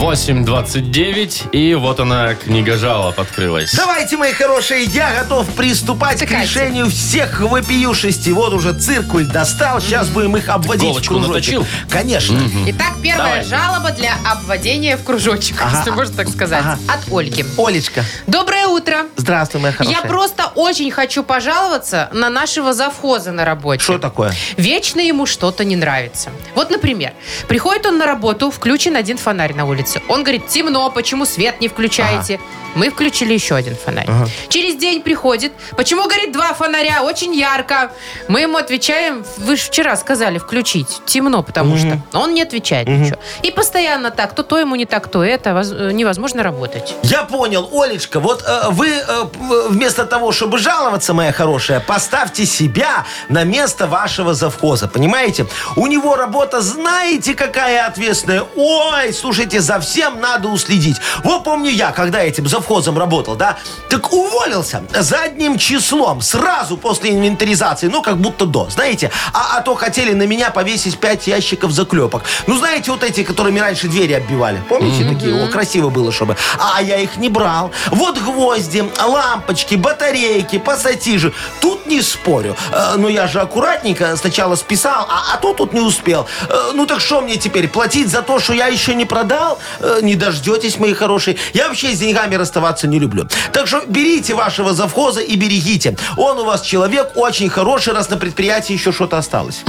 S2: 8.29, и вот она, книга жалоб открылась.
S4: Давайте, мои хорошие, я готов приступать
S3: Тыкайте.
S4: к решению всех вопиюшестей. Вот уже циркуль достал, сейчас будем их обводить. в
S2: Иголочку
S4: кружочек.
S2: наточил?
S4: Конечно.
S3: Итак, первая
S2: Давай.
S3: жалоба для обводения в кружочек, если можно так сказать,
S4: Ага.
S3: от Ольги.
S4: Олечка,
S3: Доброе утро.
S4: здравствуй, моя хорошая.
S3: Я просто очень хочу пожаловаться на нашего завхоза на работе.
S4: Что такое?
S3: Вечно ему что-то не нравится. Вот, например, приходит он на работу, включен один фонарь на улице. Он говорит, темно, почему свет не включаете? Мы включили еще один фонарь. Через день приходит, почему, говорит, два фонаря, очень ярко. Мы ему отвечаем, вы же вчера сказали включить, темно, потому что. Но он не отвечает ничего. И постоянно так, то то ему не так, то это, воз- э, невозможно работать.
S4: Я понял, Олечка, вот э, вы э, п- вместо того, чтобы жаловаться, моя хорошая, поставьте себя на место вашего завхоза, понимаете? У него работа, знаете, какая ответственная? Ой, слушайте, за всем надо уследить. Вот помню я, когда этим завхозом работал, да, так уволился задним числом, сразу после инвентаризации, ну, как будто до, знаете? А, а то хотели на меня повесить 5 ящиков заклепок. Ну, знаете, вот эти, которыми раньше двери оббивали, помните такие? О, красиво было, чтобы. А я их не брал. Вот гвозди, лампочки, батарейки, пассатижи. Тут не спорю. Э, Но я же аккуратненько сначала списал, а, а то тут не успел. Э, Ну так что мне теперь, платить за то, что я еще не продал? Э, Не дождетесь, мои хорошие. Я вообще с деньгами расставаться не люблю. Так что берите вашего завхоза и берегите. Он у вас человек очень хороший, раз на предприятии еще что-то осталось.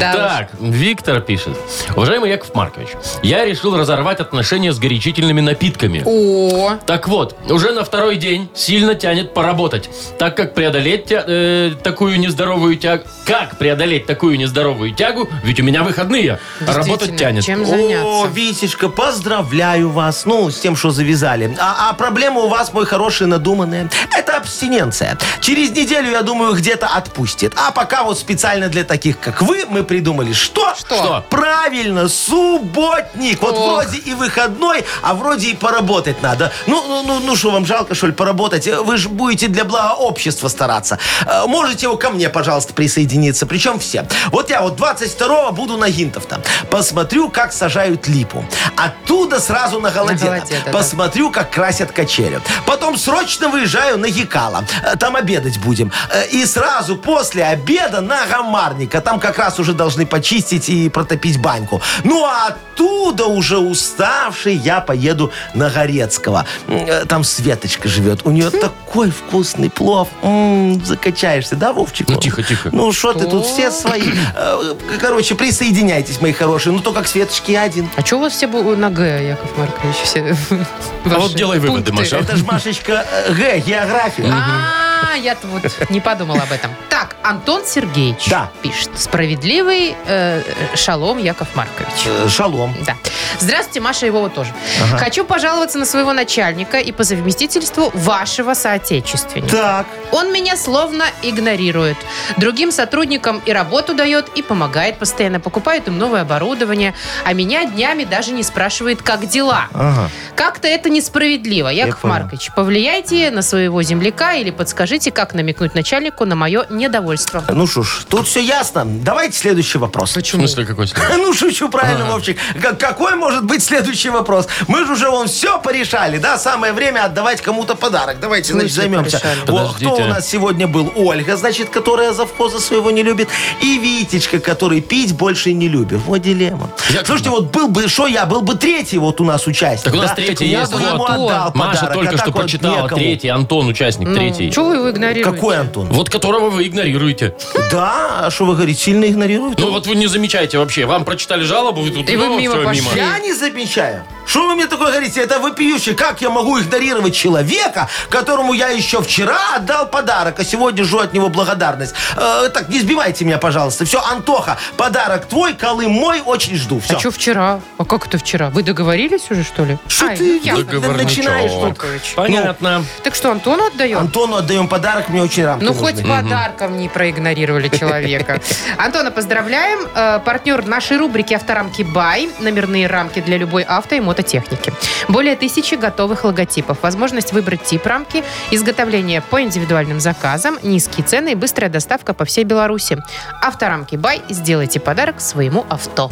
S3: Да. уж.
S2: Так, Виктор пишет. Уважаемый Яков Маркович, я решил разорвать отношения с горячительными напитками.
S3: О,
S2: Так вот, уже на второй день сильно тянет поработать, так как преодолеть тя- э, такую нездоровую тягу... Как преодолеть такую нездоровую тягу? Ведь у меня выходные, а работать
S3: действительно,
S2: тянет.
S3: Чем
S4: О,
S3: заняться?
S4: Витечка, поздравляю вас, ну, с тем, что завязали. А, а проблема у вас, мой хороший, надуманная. Это абстиненция. Через неделю, я думаю, где-то отпустит. А пока вот специально для таких, как вы, мы придумали, что?
S2: Что?
S4: Правильно, субботник. Вот
S3: Ох.
S4: вроде и выходной, а вроде и поработать надо. Ну, ну, ну, ну, что вам жалко, что ли, поработать? Э, Вы же будете для блага общества стараться. Э, Можете его ко мне, пожалуйста, присоединиться. Причем все. Вот я вот 22-го буду на гинтов там. Посмотрю, как сажают липу. Оттуда сразу на голодета.
S3: Голодета, да.
S4: Посмотрю, как красят качелю. Потом срочно выезжаю на Якала. Э, Там обедать будем. Э, И сразу после обеда на Гамарника. Там как раз уже должны почистить и протопить баньку. Ну, а оттуда уже уставший я поеду на Горецкого. М, э, Там Светочка живет. У
S2: Хм.
S4: нее такой вкусный плов. М, Закачаешься, да, Вовчик?
S2: Ну, тихо, тихо.
S4: Ну, что ты тут все свои. Э, Короче, присоединяйтесь, мои хорошие. Ну, только к Светочке я один.
S3: А что у вас все бу- на Г, Яков Маркович? Все
S2: А
S3: ваши
S2: вот делай
S3: пункты?
S2: выводы, Маша.
S4: Это ж, Машечка, э, Г, география.
S3: А, я вот не подумала об этом. Так, Антон Сергеевич
S4: Да.
S3: пишет. Справедливый э, шалом Яков Маркович.
S4: Э, Шалом.
S3: Да. Здравствуйте, Маша Ивова тоже. Хочу пожаловаться на своего начальника и по совместительству вашего соотечественника.
S4: Так.
S3: Он меня словно игнорирует. Другим сотрудникам и работу дает, и помогает постоянно. Покупает им новое оборудование. А меня днями даже не спрашивает, как дела.
S4: Ага.
S3: Как-то это несправедливо, Яков
S4: понял.
S3: Маркович. Повлияйте на своего земляка или подскажите, как намекнуть начальнику на мое недовольство.
S4: Ну что ж, тут все ясно. Давайте следующий вопрос.
S2: В смысле какой слово?
S4: Ну, шучу, правильно, Вовчик. К- Какой может быть следующий вопрос? Мы же уже вон все порешали, да? Самое время отдавать кому-то подарок. Давайте, значит,
S3: смысле
S4: займемся.
S3: порешали?
S4: Во,
S2: Подождите,
S4: кто у нас сегодня был Ольга, значит, которая завхоза своего не любит, и Витечка, который пить больше не любит. Вот дилемма.
S2: Яков
S4: Слушайте, вот был бы, что я, был бы третий вот у нас участник.
S2: Так у нас
S4: да?
S2: третий
S4: Я
S2: есть,
S4: бы ему
S2: вот.
S4: отдал
S2: Маша
S4: подарок,
S2: только
S4: а
S2: что
S4: так вот
S2: прочитала.
S4: некому.
S2: Третий, Антон, участник третий.
S3: Чего вы его игнорируете?
S4: Какой Антон?
S2: Вот которого вы игнорируете.
S4: Да, а что вы говорите, сильно игнорируете?
S2: Ну вот вы не замечаете вообще. Вам прочитали жалобу, вы тут
S3: И вы
S2: ну,
S3: мимо
S2: всё,
S3: пошли.
S4: Я не замечаю. Что вы мне такое говорите? Это вопиюще. Как я могу игнорировать человека, которому я еще вчера отдал подарок, а сегодня жду от него благодарность? Э, так, не сбивайте меня, пожалуйста. Все, Антоха, подарок твой, колым мой, очень жду. Все.
S3: А что вчера? А как это вчера? Вы договорились уже, что ли?
S4: Что
S3: Ай,
S4: ты
S3: ясно.
S4: да, начинаешь тут?
S2: Понятно.
S3: Так что, Антону отдаем?
S4: Антону отдаем подарок, мне очень рамки
S3: Ну,
S4: нужны.
S3: хоть подарком не проигнорировали человека. Антона поздравляем. Э, Партнер нашей рубрики «Авторамки Бай». Номерные рамки для любой авто и мототехники. Более тысячи готовых логотипов. Возможность выбрать тип рамки, изготовление по индивидуальным заказам, низкие цены и быстрая доставка по всей Беларуси. «Авторамки Бай». Сделайте подарок своему авто.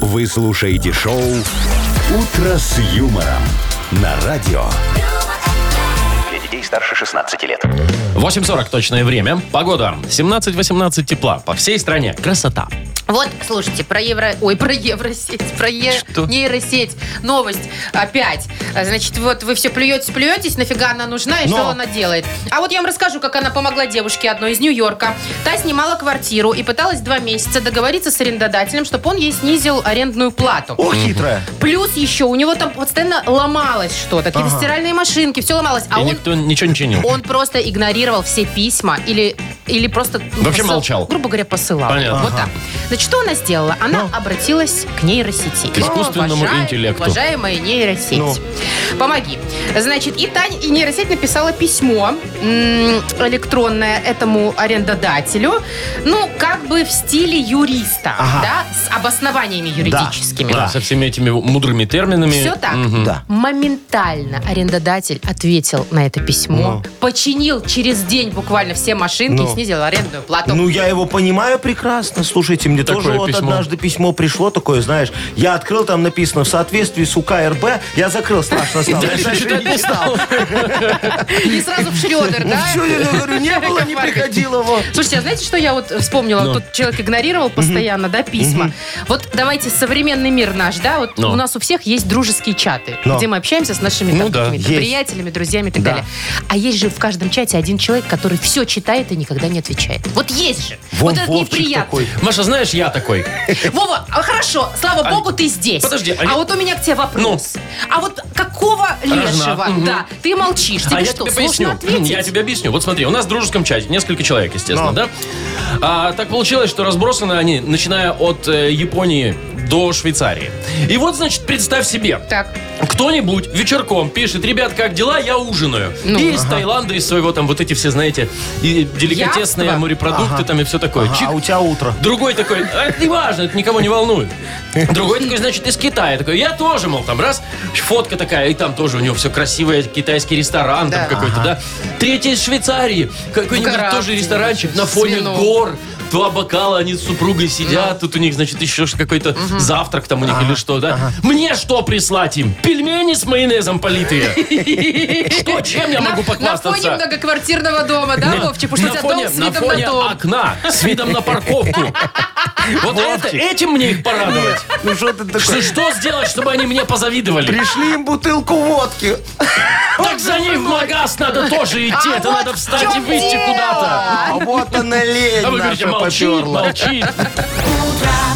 S1: Вы слушаете шоу «Утро с юмором» на радио.
S5: Для детей старше 16 лет.
S2: 8.40 точное время. Погода. 17-18 тепла. По всей стране. Красота.
S3: Вот, слушайте, про евро... Ой, про евросеть, про е-
S2: Что?
S3: нейросеть. Новость опять. А, Значит, вот вы все плюетесь, плюетесь, нафига она нужна и что
S4: Но.
S3: она делает. А вот я вам расскажу, как она помогла девушке одной из Нью-Йорка. Та снимала квартиру и пыталась два месяца договориться с арендодателем, чтобы он ей снизил арендную плату.
S4: О, хитрая.
S3: Плюс еще у него там постоянно ломалось что-то. Какие-то стиральные машинки, все ломалось. А
S2: И
S3: он
S2: никто ничего не чинил.
S3: он просто игнорировал все письма или, или просто... ну,
S2: Вообще молчал.
S3: Грубо говоря, посылал.
S2: Понятно. Ну.
S3: Вот так. Значит, что она сделала? Она обратилась к нейросети.
S2: К искусственному
S3: Уважаем-
S2: интеллекту.
S3: Уважаемая нейросеть.
S4: Ну.
S3: Помоги. Значит, и, Тань, и нейросеть написала письмо м, электронное этому арендодателю. Ну, как бы в стиле юриста.
S4: Ага.
S3: Да? С обоснованиями юридическими.
S2: Да, со всеми этими мудрыми терминами.
S3: Все так?
S2: Мгм.
S4: Да.
S3: Моментально арендодатель ответил на это письмо, починил через день буквально все машинки и
S4: Ну.
S3: снизил арендную плату.
S4: Ну, я его понимаю прекрасно. Слушайте, мне
S2: Такое
S4: тоже вот
S2: письмо.
S4: однажды письмо пришло такое, знаешь, я открыл, там написано, в соответствии с УК РБ, я закрыл, страшно стало. Я
S2: Дальше
S4: дальше
S2: читать не стал.
S3: И сразу в Шредер,
S4: Ну,
S3: да?
S4: всё, я говорю, не было, не
S3: Яков Маркович.
S4: приходило. во.
S3: Слушайте, а знаете, что я вот вспомнила?
S2: Ну.
S3: Тут человек игнорировал постоянно, да, письма. Вот давайте современный мир наш, да, вот
S2: Ну.
S3: у нас у всех есть дружеские чаты,
S4: Ну.
S3: где мы общаемся с нашими там
S2: Ну да,
S3: какими-то
S4: есть.
S3: приятелями, друзьями и так
S4: Да.
S3: далее. А есть же в каждом чате один человек, который все читает и никогда не отвечает. Вот есть же.
S4: Вон
S3: вот этот
S4: Вовчик
S3: неприятный.
S4: такой.
S2: Маша, знаешь, я такой.
S3: Вова, а хорошо, слава
S2: А-
S3: богу, ты здесь.
S2: Подожди, а
S3: а
S2: я-
S3: вот у меня к тебе вопрос. А вот какого лешего,
S2: Мгм.
S3: да, ты молчишь? Тебе
S2: а я
S3: что,
S2: тебе
S3: сложно
S2: поясню.
S3: ответить?
S2: Я тебе объясню. Вот смотри, у нас в дружеском чате несколько человек, естественно,
S4: Ну.
S2: да? А, так получилось, что разбросаны они, начиная от э, Японии до Швейцарии. И вот, значит, представь себе,
S3: Так,
S2: кто-нибудь вечерком пишет, ребят, как дела, я ужинаю.
S3: Ну,
S2: и из Таиланда, из своего там вот эти все, знаете, и деликатесные
S3: Явства.
S2: морепродукты там и все такое.
S4: Ага,
S2: Чик,
S4: А у тебя утро.
S2: Другой такой, а это не важно, это никого не волнует. Другой такой, значит, из Китая. Такой, я тоже, мол, там раз, фотка такая, и там тоже у него все красивое, китайский ресторан
S3: Да. Ну,
S2: там какой-то, да. Третий из Швейцарии,
S3: В горах
S2: какой-нибудь тоже
S3: где-нибудь,
S2: ресторанчик
S3: с
S2: на фоне
S3: вином.
S2: гор. Два бокала, они с супругой сидят,
S3: Ну.
S2: тут у них, значит, еще ж какой-то завтрак там у них или что, да? Мне что прислать им? Пельмени с майонезом политые. Что, чем я
S3: на,
S2: могу
S3: на фоне
S2: похвастаться?
S3: многоквартирного дома, да, Вовчик? Потому что у тебя дом с
S2: на
S3: видом
S2: фоне
S3: на дом.
S2: окна, с видом на парковку. Вот это- этим мне их порадовать.
S4: Ну что ты
S2: Что,
S4: такой?
S2: что сделать, чтобы они мне позавидовали?
S4: Пришли им бутылку водки.
S2: Так за ней в магаз надо тоже идти.
S3: А
S2: Это
S3: вот
S2: надо
S3: в
S2: встать и
S3: чем
S2: выйти
S3: дело.
S2: куда-то.
S4: А вот она лень
S2: А вы говорите,
S4: наша
S2: молчит,
S4: попёрла.
S2: молчит.
S4: А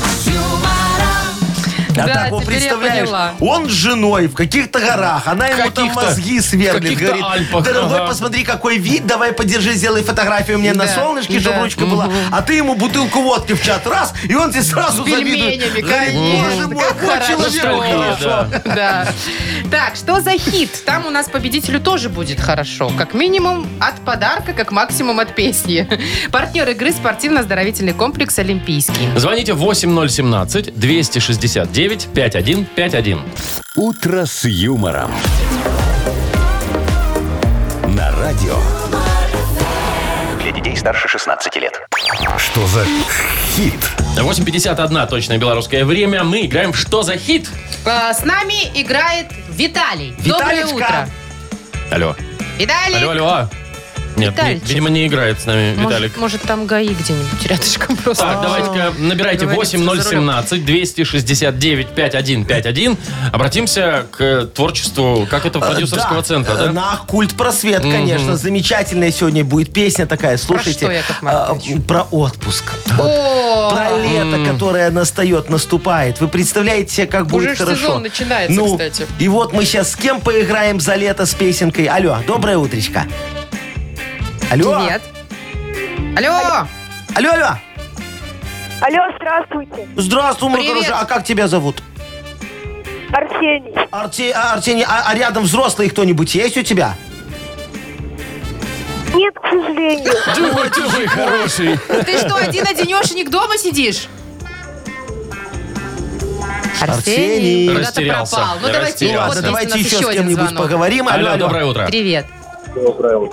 S3: Да,
S4: так, вот
S3: теперь я
S4: представляешь,
S3: поняла.
S4: он с женой в каких-то горах, она ему там
S2: Каких-то-
S4: мозги сверлит,
S2: каких-то
S4: говорит,
S2: Альпах,
S4: дорогой,
S2: ага.
S4: посмотри, какой вид, давай подержи, сделай фотографию мне на
S3: Да,
S4: солнышке, чтобы
S3: да.
S4: ручка была, а ты ему бутылку водки в чат раз, и он тебе сразу завидует.
S3: пельменями,
S4: Говорит,
S3: конечно,
S4: боже мой,
S3: как
S4: вот
S3: хорошо».
S4: человек
S2: Ностальгия,
S4: хорошо.
S2: да.
S3: Да. Так, что за хит? Там у нас победителю тоже будет хорошо. Как минимум от подарка, как максимум от песни. Партнер игры спортивно-оздоровительный комплекс «Олимпийский».
S2: Звоните 8017-269-5151.
S1: «Утро с юмором». На радио.
S5: Для детей старше 16 лет.
S1: Что за хит?
S2: 8.51 точное белорусское время. Мы играем в «Что за хит?»
S3: А, С нами играет Виталий. Доброе
S4: Виталечка.
S3: утро.
S2: Алло.
S3: Виталий,
S2: Алло, алло. Нет, не-
S3: Витальчик.
S2: видимо, не играет с нами Виталик.
S3: Может, может, там ГАИ где-нибудь рядышком просто.
S2: Так, давайте-ка набирайте
S3: Говорится,
S2: 8017-269-5151. Обратимся к э, творчеству, как это, продюсерского
S4: Э, Да,
S2: центра,
S4: э,
S2: да?
S4: На культ просвет, конечно. Замечательная сегодня будет песня такая.
S3: что,
S4: Слушайте,
S3: Яков Маркович?
S4: э, про отпуск.
S3: О,
S4: Про лето, которое настает, наступает. Вы представляете себе, как
S3: Уже
S4: будет
S3: ж
S4: хорошо?
S3: сезон начинается,
S4: ну,
S3: кстати.
S4: И вот мы сейчас с кем поиграем за лето с песенкой. Алло, доброе утречко. Алло.
S3: Привет. Алло,
S4: Алло, алло.
S7: Алло, здравствуйте.
S4: Здравствуй, мой
S3: Привет.
S4: хороший. А как тебя зовут?
S7: Арсений.
S4: Арте- а, Артений, а, а рядом взрослые кто-нибудь есть у тебя?
S7: Нет, к сожалению.
S2: Ой, ты мой хороший.
S3: ты что, один одинешенек дома сидишь?
S4: Арсений.
S3: куда-то
S2: Растерялся.
S3: пропал. Ну,
S2: Я
S3: давайте, вот
S2: растерялся.
S4: Ладно,
S3: есть у
S4: давайте
S3: нас
S4: еще
S3: еще
S4: с
S3: один
S4: кем-нибудь
S3: звонок.
S4: поговорим. Алло,
S2: Алло,
S4: алло.
S2: доброе утро.
S3: Привет.
S4: Доброе.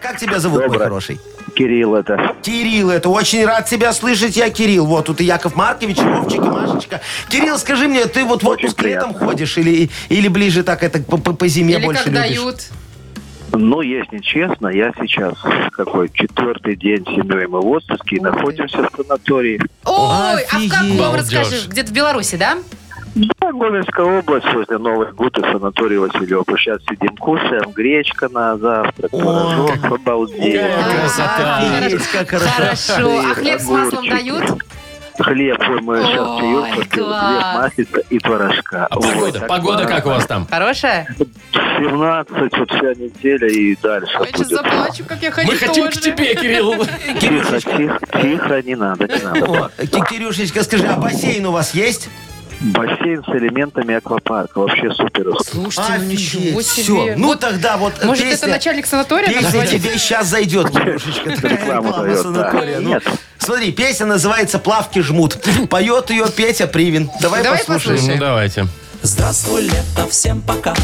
S4: Как тебя зовут, мой
S6: Доброе.
S4: хороший?
S6: Кирилл это.
S4: Кирилл, это очень рад тебя слышать, я Кирилл. Вот тут и Яков Маркович, и Вовчик, и Машечка. Кирилл, скажи мне, ты вот в
S6: Очень
S4: отпуск летом
S6: приятно.
S4: ходишь или, или ближе так это по, по- по зиме
S3: Или
S4: больше
S3: как
S4: любишь?
S3: дают.
S6: Ну, если честно, я сейчас какой четвертый день с семьей мы в отпуске и
S3: Ух ты.
S6: находимся в санатории.
S3: Ой, а в
S4: Офигеть.
S3: каком,
S2: Балдеж.
S3: расскажи, где-то в Беларуси, да?
S6: Да, Гомельская область, возле Новых Гуд и санаторий Василёпа. Сейчас сидим кушаем, гречка на завтрак,
S4: О,
S6: творожок,
S2: Какая
S6: обалдеть.
S2: красота.
S4: Офигеть, как хорошо.
S3: Хорошо. А хлеб с маслом
S6: Огурчики.
S3: дают?
S6: Хлеб, ой, мы сейчас чаек
S3: Ой,
S6: попьем, хлеб,
S3: класс.
S6: маслица и творожка.
S2: А
S6: Вот
S2: погода,
S6: так
S2: погода
S6: классно.
S2: как у вас там?
S3: Хорошая?
S6: 17, вот вся неделя и дальше
S3: Я сейчас
S6: будет.
S3: заплачу, как я хочу
S2: Мы хотим к тебе, Кирилл.
S6: Тихо, тихо, тихо, не надо, не надо.
S4: О, Ки- Кирюшечка, скажи, а бассейн у вас есть?
S6: Бассейн с элементами аквапарка, вообще супер.
S3: Слушайте, ну ничего себе.
S4: Все, ну
S3: Вот,
S4: тогда вот э,
S3: Может, это
S4: песня-
S3: начальник санатория нам
S4: Песня
S3: звонит?
S4: тебе сейчас зайдет, Кирюшечка. Такая
S6: Рекламу
S4: реклама
S6: дает, да.
S4: санатория. Ну,
S6: Нет.
S4: Смотри, песня называется «Плавки жмут». Поет ее Петя Привин. Давай,
S3: Давай
S4: послушаем.
S3: послушаем.
S2: Ну, давайте.
S8: Здравствуй, лето, всем пока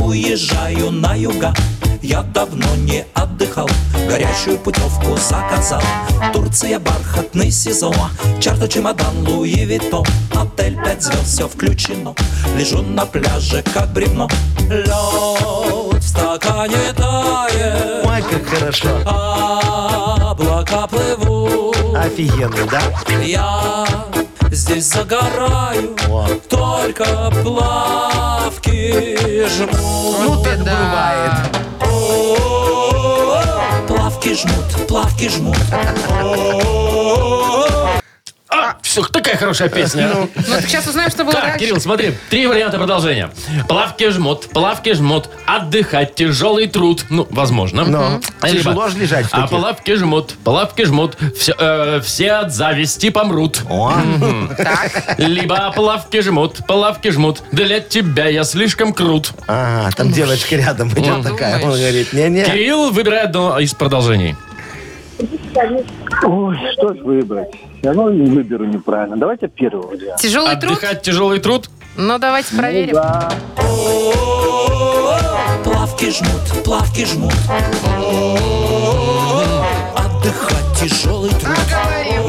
S8: Уезжаю на юга Я давно не отдыхал Горячую путевку заказал Турция, бархатный сезон Чарта, чемодан, Луи Виттон Отель пять звезд, все включено Лежу на пляже, как бревно Лед в стакане тает
S4: Ой, как хорошо.
S8: Облака плывут
S4: Офигенно, да?
S8: я здесь загораю, только плавки жмут.
S4: Ну, так
S3: да.
S4: бывает.
S8: О, Плавки жмут, плавки жмут.
S2: А, все, такая хорошая песня. а.
S3: Ну, так сейчас узнаем, что было
S2: Так,
S3: дальше.
S2: Кирилл, смотри, три варианта продолжения. Плавки жмут, плавки жмут, отдыхать, тяжелый труд. Ну, возможно.
S4: Но
S2: Либо-
S4: тяжело же лежать в
S2: А
S4: таких.
S2: плавки жмут, плавки жмут, все, э, все от зависти помрут.
S3: Так,
S2: Либо плавки жмут, плавки жмут, для тебя я слишком крут.
S4: А, там девочка рядом идет такая. Он
S3: думаешь.
S4: говорит, не-не.
S2: Кирилл выбирает одно из продолжений.
S6: Ой, что ж выбрать? Я ну, выберу неправильно. Давайте первого варианта.
S3: тяжелый труд.
S2: Отдыхать, тяжелый труд.
S3: Ну, давайте проверим.
S8: Плавки жмут, плавки жмут. Отдыхать тяжелый труд.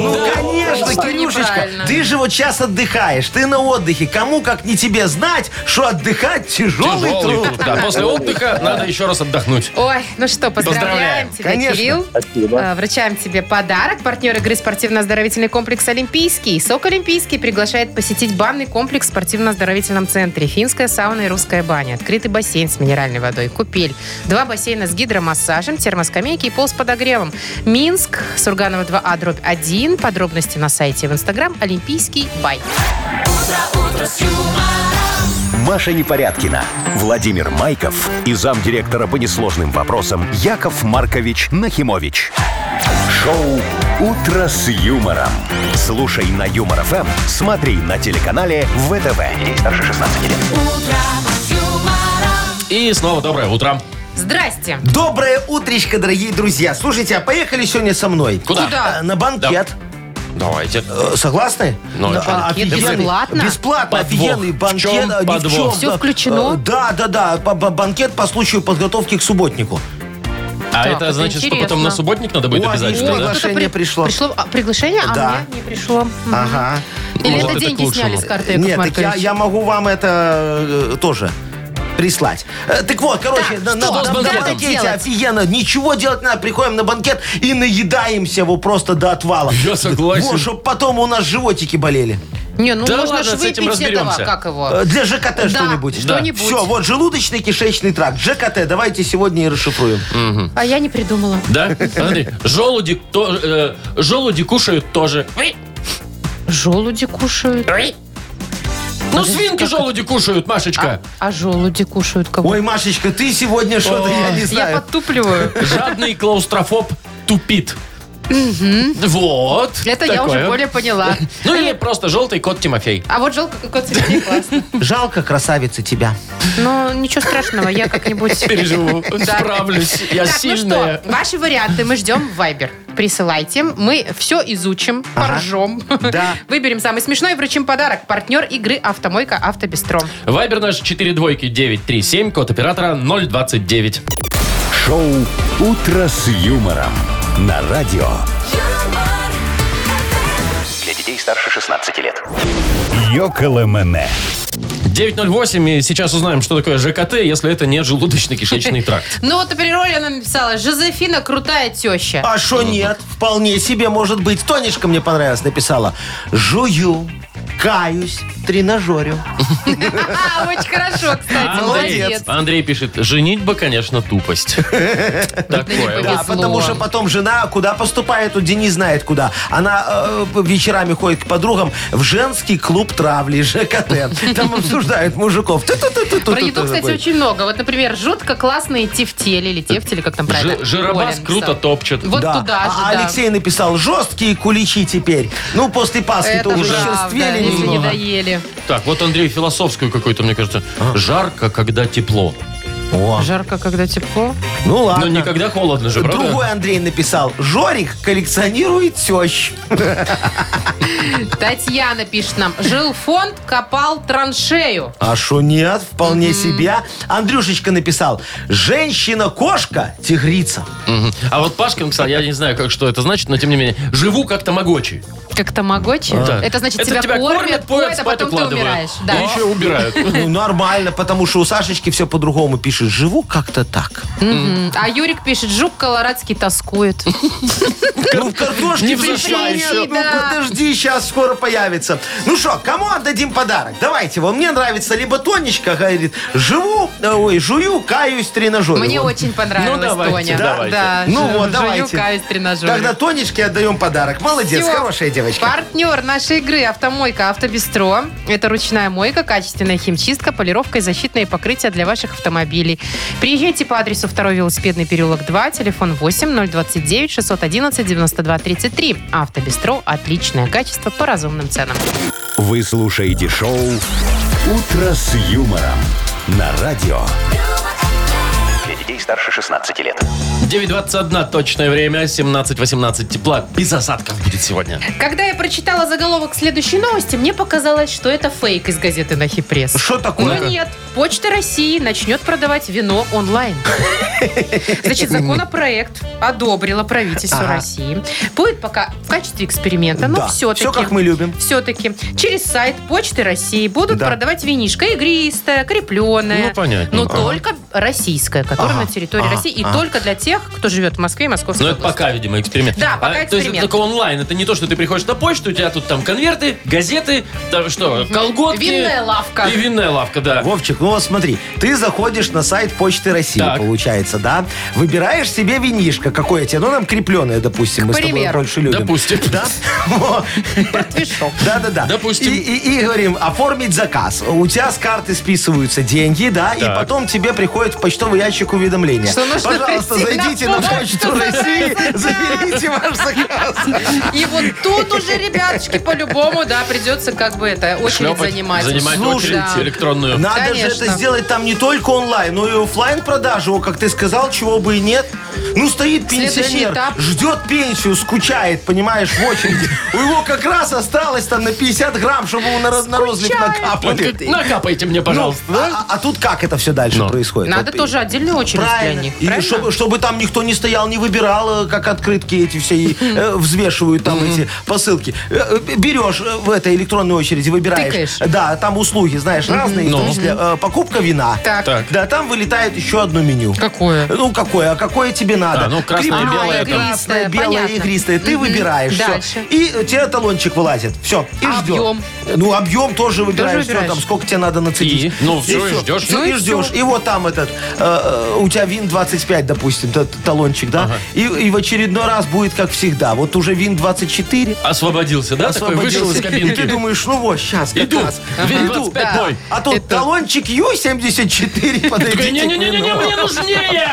S4: Ну, конечно,
S3: что
S4: Кирюшечка.
S3: неправильно.
S4: Ты же вот сейчас отдыхаешь. Ты на отдыхе. Кому, как не тебе, знать, что отдыхать тяжелый,
S2: Тяжелый
S4: труд.
S2: труд. Да, после отдыха надо еще раз отдохнуть.
S3: Ой, ну что, поздравляем
S2: Поздравляем.
S3: тебя,
S4: Конечно.
S3: Кирилл. А, Вручаем тебе подарок. Партнер игры спортивно-оздоровительный комплекс «Олимпийский». СОК «Олимпийский» приглашает посетить банный комплекс в спортивно-оздоровительном центре. Финская сауна и русская баня. Открытый бассейн с минеральной водой. Купель. Два бассейна с гидромассажем, термоскамейки и пол с подогревом. Минск, Сурганова 2А, дробь 1. Подробности на сайте и в Инстаграм «Олимпийский бай».
S1: Маша Непорядкина, Владимир Майков и замдиректора по несложным вопросам Яков Маркович Нахимович. Шоу «Утро с юмором». Слушай на Юмор ФМ, смотри на телеканале ВТВ. Ей старше 16 лет.
S2: И снова доброе утро.
S3: Здрасте.
S4: Доброе утречко, дорогие друзья. Слушайте, а поехали сегодня со мной?
S2: Куда?
S4: Э, На банкет.
S2: Давайте.
S4: Э, Согласны?
S2: Ну,
S4: Да,
S2: а что?
S4: офигенный.
S3: бесплатно?
S4: Бесплатно,
S2: Подвох.
S4: офигенный
S2: В
S4: банкет.
S2: чем
S4: а, ни в
S2: подвох?
S4: чем,
S3: Всё
S4: да.
S3: включено?
S4: Э, Да, да, да. Ба- ба- Банкет по случаю подготовки к субботнику.
S2: А
S3: Так,
S2: это
S3: это
S2: значит, что потом
S3: интересно.
S2: на субботник надо будет
S4: О,
S2: обязательно,
S4: отлично.
S2: да?
S4: Приглашение
S3: Кто-то
S4: пришло.
S3: Пришло а, приглашение, а
S4: Да.
S3: мне не пришло. Мгм.
S4: Ага.
S3: Или
S2: Может,
S3: это
S2: это к
S3: деньги
S2: лучшему.
S3: сняли с карты, Яков
S4: Нет, так я,
S3: Маркович?
S4: я могу вам это э, тоже. прислать. Э, Так вот, короче,
S3: Да,
S4: на, на-
S3: что
S4: на-
S2: с
S4: на
S2: банкетом?
S4: банкете
S3: Делать.
S4: офигенно. Ничего делать не надо. Приходим на банкет и наедаемся его просто до отвала.
S2: Я согласен.
S4: Вот, чтоб потом у нас животики болели.
S3: Не, ну
S2: Да
S3: можно
S2: ладно,
S3: же
S2: с этим
S3: выпить этого,
S2: разберемся. А?
S3: как его.
S4: Э, Для ЖКТ
S3: Да,
S4: что-нибудь.
S3: что-нибудь.
S4: Все, вот желудочно-кишечный тракт. ЖКТ, давайте сегодня и расшифруем.
S3: А я не придумала.
S2: Да? Смотри, желуди, то- э, желуди кушают тоже.
S3: Желуди кушают.
S2: Ну, свинки желуди кушают, Машечка.
S3: А желуди кушают кого?
S4: Ой, Машечка, ты сегодня что-то, я не
S3: Я
S4: знаю.
S3: подтупливаю.
S2: Жадный клаустрофоб тупит. Вот.
S3: Это я
S2: такое.
S3: уже более поняла.
S2: Ну или просто желтый кот Тимофей.
S3: А вот желтый какой цвет мне классно.
S4: Жалко, красавица, тебя.
S3: Ну, ничего страшного, я как-нибудь...
S2: Переживу,
S3: Да.
S2: справлюсь, я
S3: так,
S2: сильная.
S3: ну что, ваши варианты мы ждем в Viber. Присылайте. Мы все изучим, поржем.
S4: Да.
S3: Выберем самый смешной и вручим подарок. Партнер игры «Автомойка Автобестро».
S2: Вайбер наш 4 двойки 937, код оператора 029.
S1: Шоу «Утро с юмором» на радио.
S9: юмор,
S5: Для детей старше 16 лет.
S1: Йоколэмэне.
S2: 908, и сейчас узнаем, что такое ЖКТ, если это не желудочно-кишечный тракт.
S3: Ну вот, например, Оля написала, Жозефина крутая теща.
S4: А что нет? Вполне себе может быть. Тонечка мне понравилась, написала. Жую, каюсь, тренажерю.
S3: А, очень хорошо, кстати, А, молодец.
S2: Андрей пишет, женить бы, конечно, тупость. Такое.
S3: повезло.
S2: вот.
S4: Да, потому что потом жена куда поступает, тут Денис знает куда. Она э, вечерами ходит к подругам в женский клуб травли ЖКТ. Там обсуждают мужиков. Ту-ту-ту-ту-ту-ту.
S3: Про еду, кстати, очень много. Вот, например, жутко классные тефтели или тефтели, как там правильно.
S2: Ж- Жиробас
S3: Оля
S2: круто
S3: написала.
S2: топчет.
S3: Вот
S4: Да.
S3: туда же,
S4: А
S3: да.
S4: Алексей написал, жесткие куличи теперь. Ну, после Пасхи
S3: Это
S4: то уже
S3: правда,
S4: черствели
S3: если не
S4: немного.
S3: доели.
S2: Так, вот Андрей философскую какую-то, мне кажется.
S3: А.
S2: Жарко, когда тепло.
S4: О,
S3: Жарко, когда тепло.
S4: Ну
S2: Но
S4: ладно.
S2: никогда холодно же, правда?
S4: Другой Андрей написал, Жорик коллекционирует тещ.
S3: Татьяна пишет нам. Жил фонд, копал траншею.
S4: А шо нет, вполне себе. Андрюшечка написал, женщина-кошка, тигрица.
S2: Мгм. А вот Пашка написал, я не знаю, как, что это значит, но тем не менее, живу как тамагочи.
S3: Как тамагочи?
S2: Да.
S3: А. Это значит, тебя, кормят, поят, а
S2: спать
S3: потом ты
S2: укладывают.
S3: умираешь.
S2: И
S3: Да.
S2: еще убирают.
S4: Ну, нормально, потому что у Сашечки все по-другому пишет. Живу как-то так.
S3: Мгм. А Юрик пишет, жук колорадский тоскует.
S4: Ну, в картошке
S2: Не взошла
S3: еще.
S4: Ну, подожди, сейчас скоро появится. Ну что, кому отдадим подарок? Давайте, вот мне нравится, либо Тонечка говорит, живу, э, ой, жую, каюсь, тренажер.
S3: Мне очень понравилось,
S2: Ну, давайте,
S3: Тоня.
S2: давайте.
S3: Да,
S4: Ну
S3: ж-
S4: вот,
S3: жую
S4: давайте.
S3: каюсь тренажером.
S4: Тогда Тонечке отдаем подарок. Молодец,
S3: Всё.
S4: хорошая девочка.
S3: Партнер нашей игры «Автомойка Автобестро». Это ручная мойка, качественная химчистка, полировка и защитные покрытия для ваших автомобилей. Приезжайте по адресу 2 велосипедный переулок 2, телефон 8 029 611 92 33. «Автобестро» – отличное качество по разумным ценам.
S1: Вы слушаете шоу «Утро с юмором» на радио.
S5: Для детей старше 16 лет.
S2: 9.21 точное время, 17.18 тепла. Без осадков будет сегодня.
S3: Когда я прочитала заголовок следующей новости, мне показалось, что это фейк из газеты «Нахи Пресс».
S4: Что такое?
S3: Но нет, Почта России начнет продавать вино онлайн. Значит, законопроект одобрила правительство
S4: Ага.
S3: России. Будет пока в качестве эксперимента, но
S4: Да,
S3: все-таки...
S4: всё, как мы любим.
S3: Все-таки через сайт Почты России будут
S4: Да.
S3: продавать винишко игристое, крепленное.
S2: Ну, понятно.
S3: Но
S2: Ага.
S3: только российское, которое
S4: Ага,
S3: на территории
S4: ага,
S3: России. И
S4: ага. Ну,
S3: только для тех, кто живет в Москве и Московской
S2: Но Ну, это
S3: области.
S2: пока, видимо, эксперимент.
S3: Да,
S2: А,
S3: пока
S2: То есть это
S3: эксперимент.
S2: только онлайн. Это не то, что ты приходишь на почту, у тебя тут там конверты, газеты, там что, колготки.
S3: Винная лавка.
S2: И винная лавка, да.
S4: Вовчик, ну вот смотри, ты заходишь на сайт Почты России,
S2: Так.
S4: получается, да? Выбираешь себе винишко, какое тебе, ну, нам крепленое, допустим, мы с тобой
S3: примеру.
S4: больше любим.
S2: Допустим.
S4: Да? Вот. Да-да-да.
S2: Допустим.
S4: И, и- и говорим, оформить заказ. У тебя с карты списываются деньги, да, и
S2: Так.
S4: потом тебе приходит в почтовый ящик уведомление.
S3: Что нужно
S4: Пожалуйста,
S3: прийти на
S4: зайдите на
S3: почту
S4: Почту России, заберите ваш заказ.
S3: И вот тут уже, ребяточки, по-любому, да, придется как бы это очередь
S2: Шлепать,
S3: занимать.
S2: занимать
S4: Слушай,
S2: очередь
S3: да.
S2: электронную.
S4: Надо же
S3: Конечно.
S4: это сделать там не только онлайн, но и оффлайн продажу, О, как ты сказал, чего бы и нет. Ну, стоит
S3: Следующий
S4: пенсионер,
S3: этап.
S4: ждет пенсию, скучает, понимаешь, в очереди. У него как раз осталось там на 50 грамм, чтобы ему на, роз- на розлив накапали.
S2: Как- Накапайте мне, Ну, пожалуйста.
S4: Ну, а, а тут как это все дальше
S2: Ну.
S4: происходит?
S3: Надо
S4: Вот
S3: тоже отдельную очередь для
S4: Правильно.
S3: них.
S4: И
S3: правильно?
S4: чтобы, чтобы там никто не стоял, не выбирал, э, как открытки эти все и, э, взвешивают там эти посылки. Э, э, Берешь э, в этой электронной очереди, выбираешь.
S3: Тыкаешь.
S4: Да, там услуги, знаешь, разные, в
S2: Ну.
S4: том числе э, покупка вина.
S3: Так.
S2: Так.
S4: Да, там вылетает еще одно меню.
S3: Какое?
S4: Ну, какое? А какое тебе надо?
S2: А, ну, красное,
S4: Кремлёное,
S2: белое, там.
S4: красное, белое,
S3: Понятно.
S4: игристое. Ты
S3: Мгм.
S4: выбираешь. всё.
S3: Дальше.
S4: И э, тебе талончик вылазит. Все. И
S3: А
S4: ждем.
S3: объем?
S4: Ну, объем тоже выбираешь. Всё,
S3: выбираешь?
S4: там, сколько тебе надо нацедить.
S2: И? Ну, всё, и
S4: всё.
S2: ждёшь.
S4: Всё,
S3: Ну, и
S4: и ждешь.
S3: всё.
S4: И вот там этот, э, э, у тебя вин 25, допустим, т- талончик, да? И, и в очередной раз будет, как всегда. Вот уже вин 24.
S2: Освободился, да? Такой вышел из
S4: освободился. И ты
S2: кабинки.
S4: думаешь, ну вот, сейчас как
S2: Иду.
S4: раз.
S2: Вин
S4: Иду.
S2: 25
S4: Да.
S2: мой.
S4: А тут
S3: Это-
S4: талончик Ю-74
S2: Такой,
S4: подойдите к
S2: Не-не-не-не,
S4: вину.
S2: мне нужнее!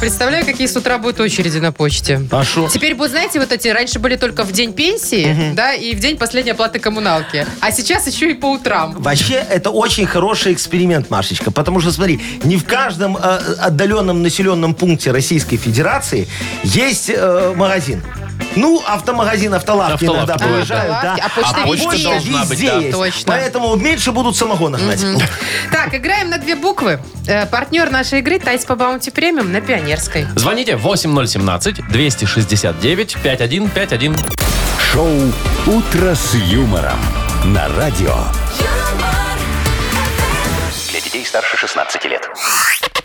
S3: Представляю, какие с утра будут очереди на почте.
S2: А шо?
S3: Теперь вот, знаете, вот эти раньше были только в день пенсии, да, и в день последней оплаты коммуналки. А сейчас еще и по утрам.
S4: Вообще, это очень хороший эксперимент, Машечка. Потому что, смотри, не в каждом э, отдаленном населенном пункте Российской Федерации есть э, магазин. Ну, автомагазин, автолавки,
S2: Автолавки
S4: иногда
S2: бывают, да.
S4: проезжают, да.
S3: А почта везде
S2: должна быть, да.
S4: есть.
S3: Точно.
S4: Поэтому меньше будут самогона гнать.
S3: Так, играем на две буквы. Э, партнер нашей игры Тайс по Баунти Премиум на Пионерской.
S2: Звоните 8017-269-5151.
S1: Шоу «Утро с юмором» на радио.
S9: юмор,
S5: Для детей старше 16 лет.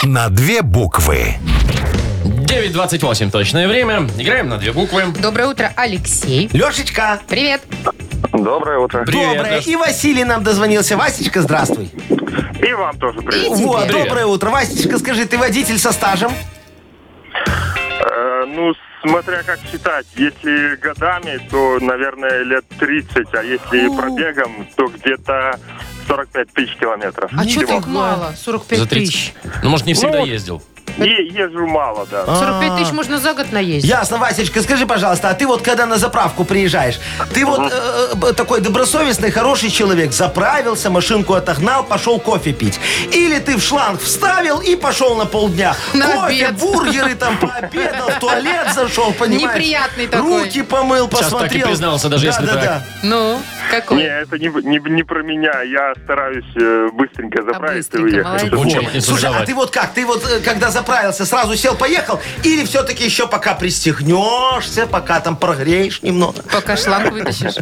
S1: На две буквы.
S2: 9.28 точное время. Играем на две буквы.
S3: Доброе утро, Алексей.
S4: Лешечка,
S3: Привет.
S10: Доброе утро.
S2: Привет,
S4: доброе.
S2: Леш.
S4: И Василий нам дозвонился. Васечка, здравствуй.
S10: И вам тоже
S3: И
S10: привет.
S3: тебе.
S4: Вот,
S2: Привет.
S4: доброе утро. Васечка, скажи, ты водитель со стажем?
S10: Э, ну, смотря как считать. Если годами, то, наверное, лет 30, а если пробегом, то где-то 45 тысяч километров.
S3: А что
S10: Всего.
S3: так мало? 45
S2: За 30.
S3: тысяч.
S2: Ну, может, не всегда
S10: Ну,
S2: ездил.
S10: И езжу мало, да.
S4: А.
S3: 45 тысяч можно за год наесть.
S4: Ясно, Васечка, скажи, пожалуйста, а ты вот когда на заправку приезжаешь, ты вот э, э, такой добросовестный, хороший человек, заправился, машинку отогнал, пошел кофе пить. Или ты в шланг вставил и пошел на полдня.
S3: На
S4: кофе,
S3: обед.
S4: бургеры, там пообедал, в туалет зашел, понимаешь?
S3: Неприятный такой.
S4: Руки помыл,
S2: Сейчас так и
S4: посмотрел.
S2: признался, даже если
S4: Да-да-да.
S2: так.
S3: Ну, какой?
S10: Не, это не, не, не про меня. Я стараюсь э, быстренько заправиться и
S3: А быстренько,
S10: уехать.
S3: молодец.
S2: Очередь не
S4: Слушай, а
S2: создавать.
S4: ты вот как? Ты вот э, когда заправился, сразу сел, поехал? Или все-таки еще пока пристегнешься, пока там прогреешь немного?
S3: Пока шланг вытащишь.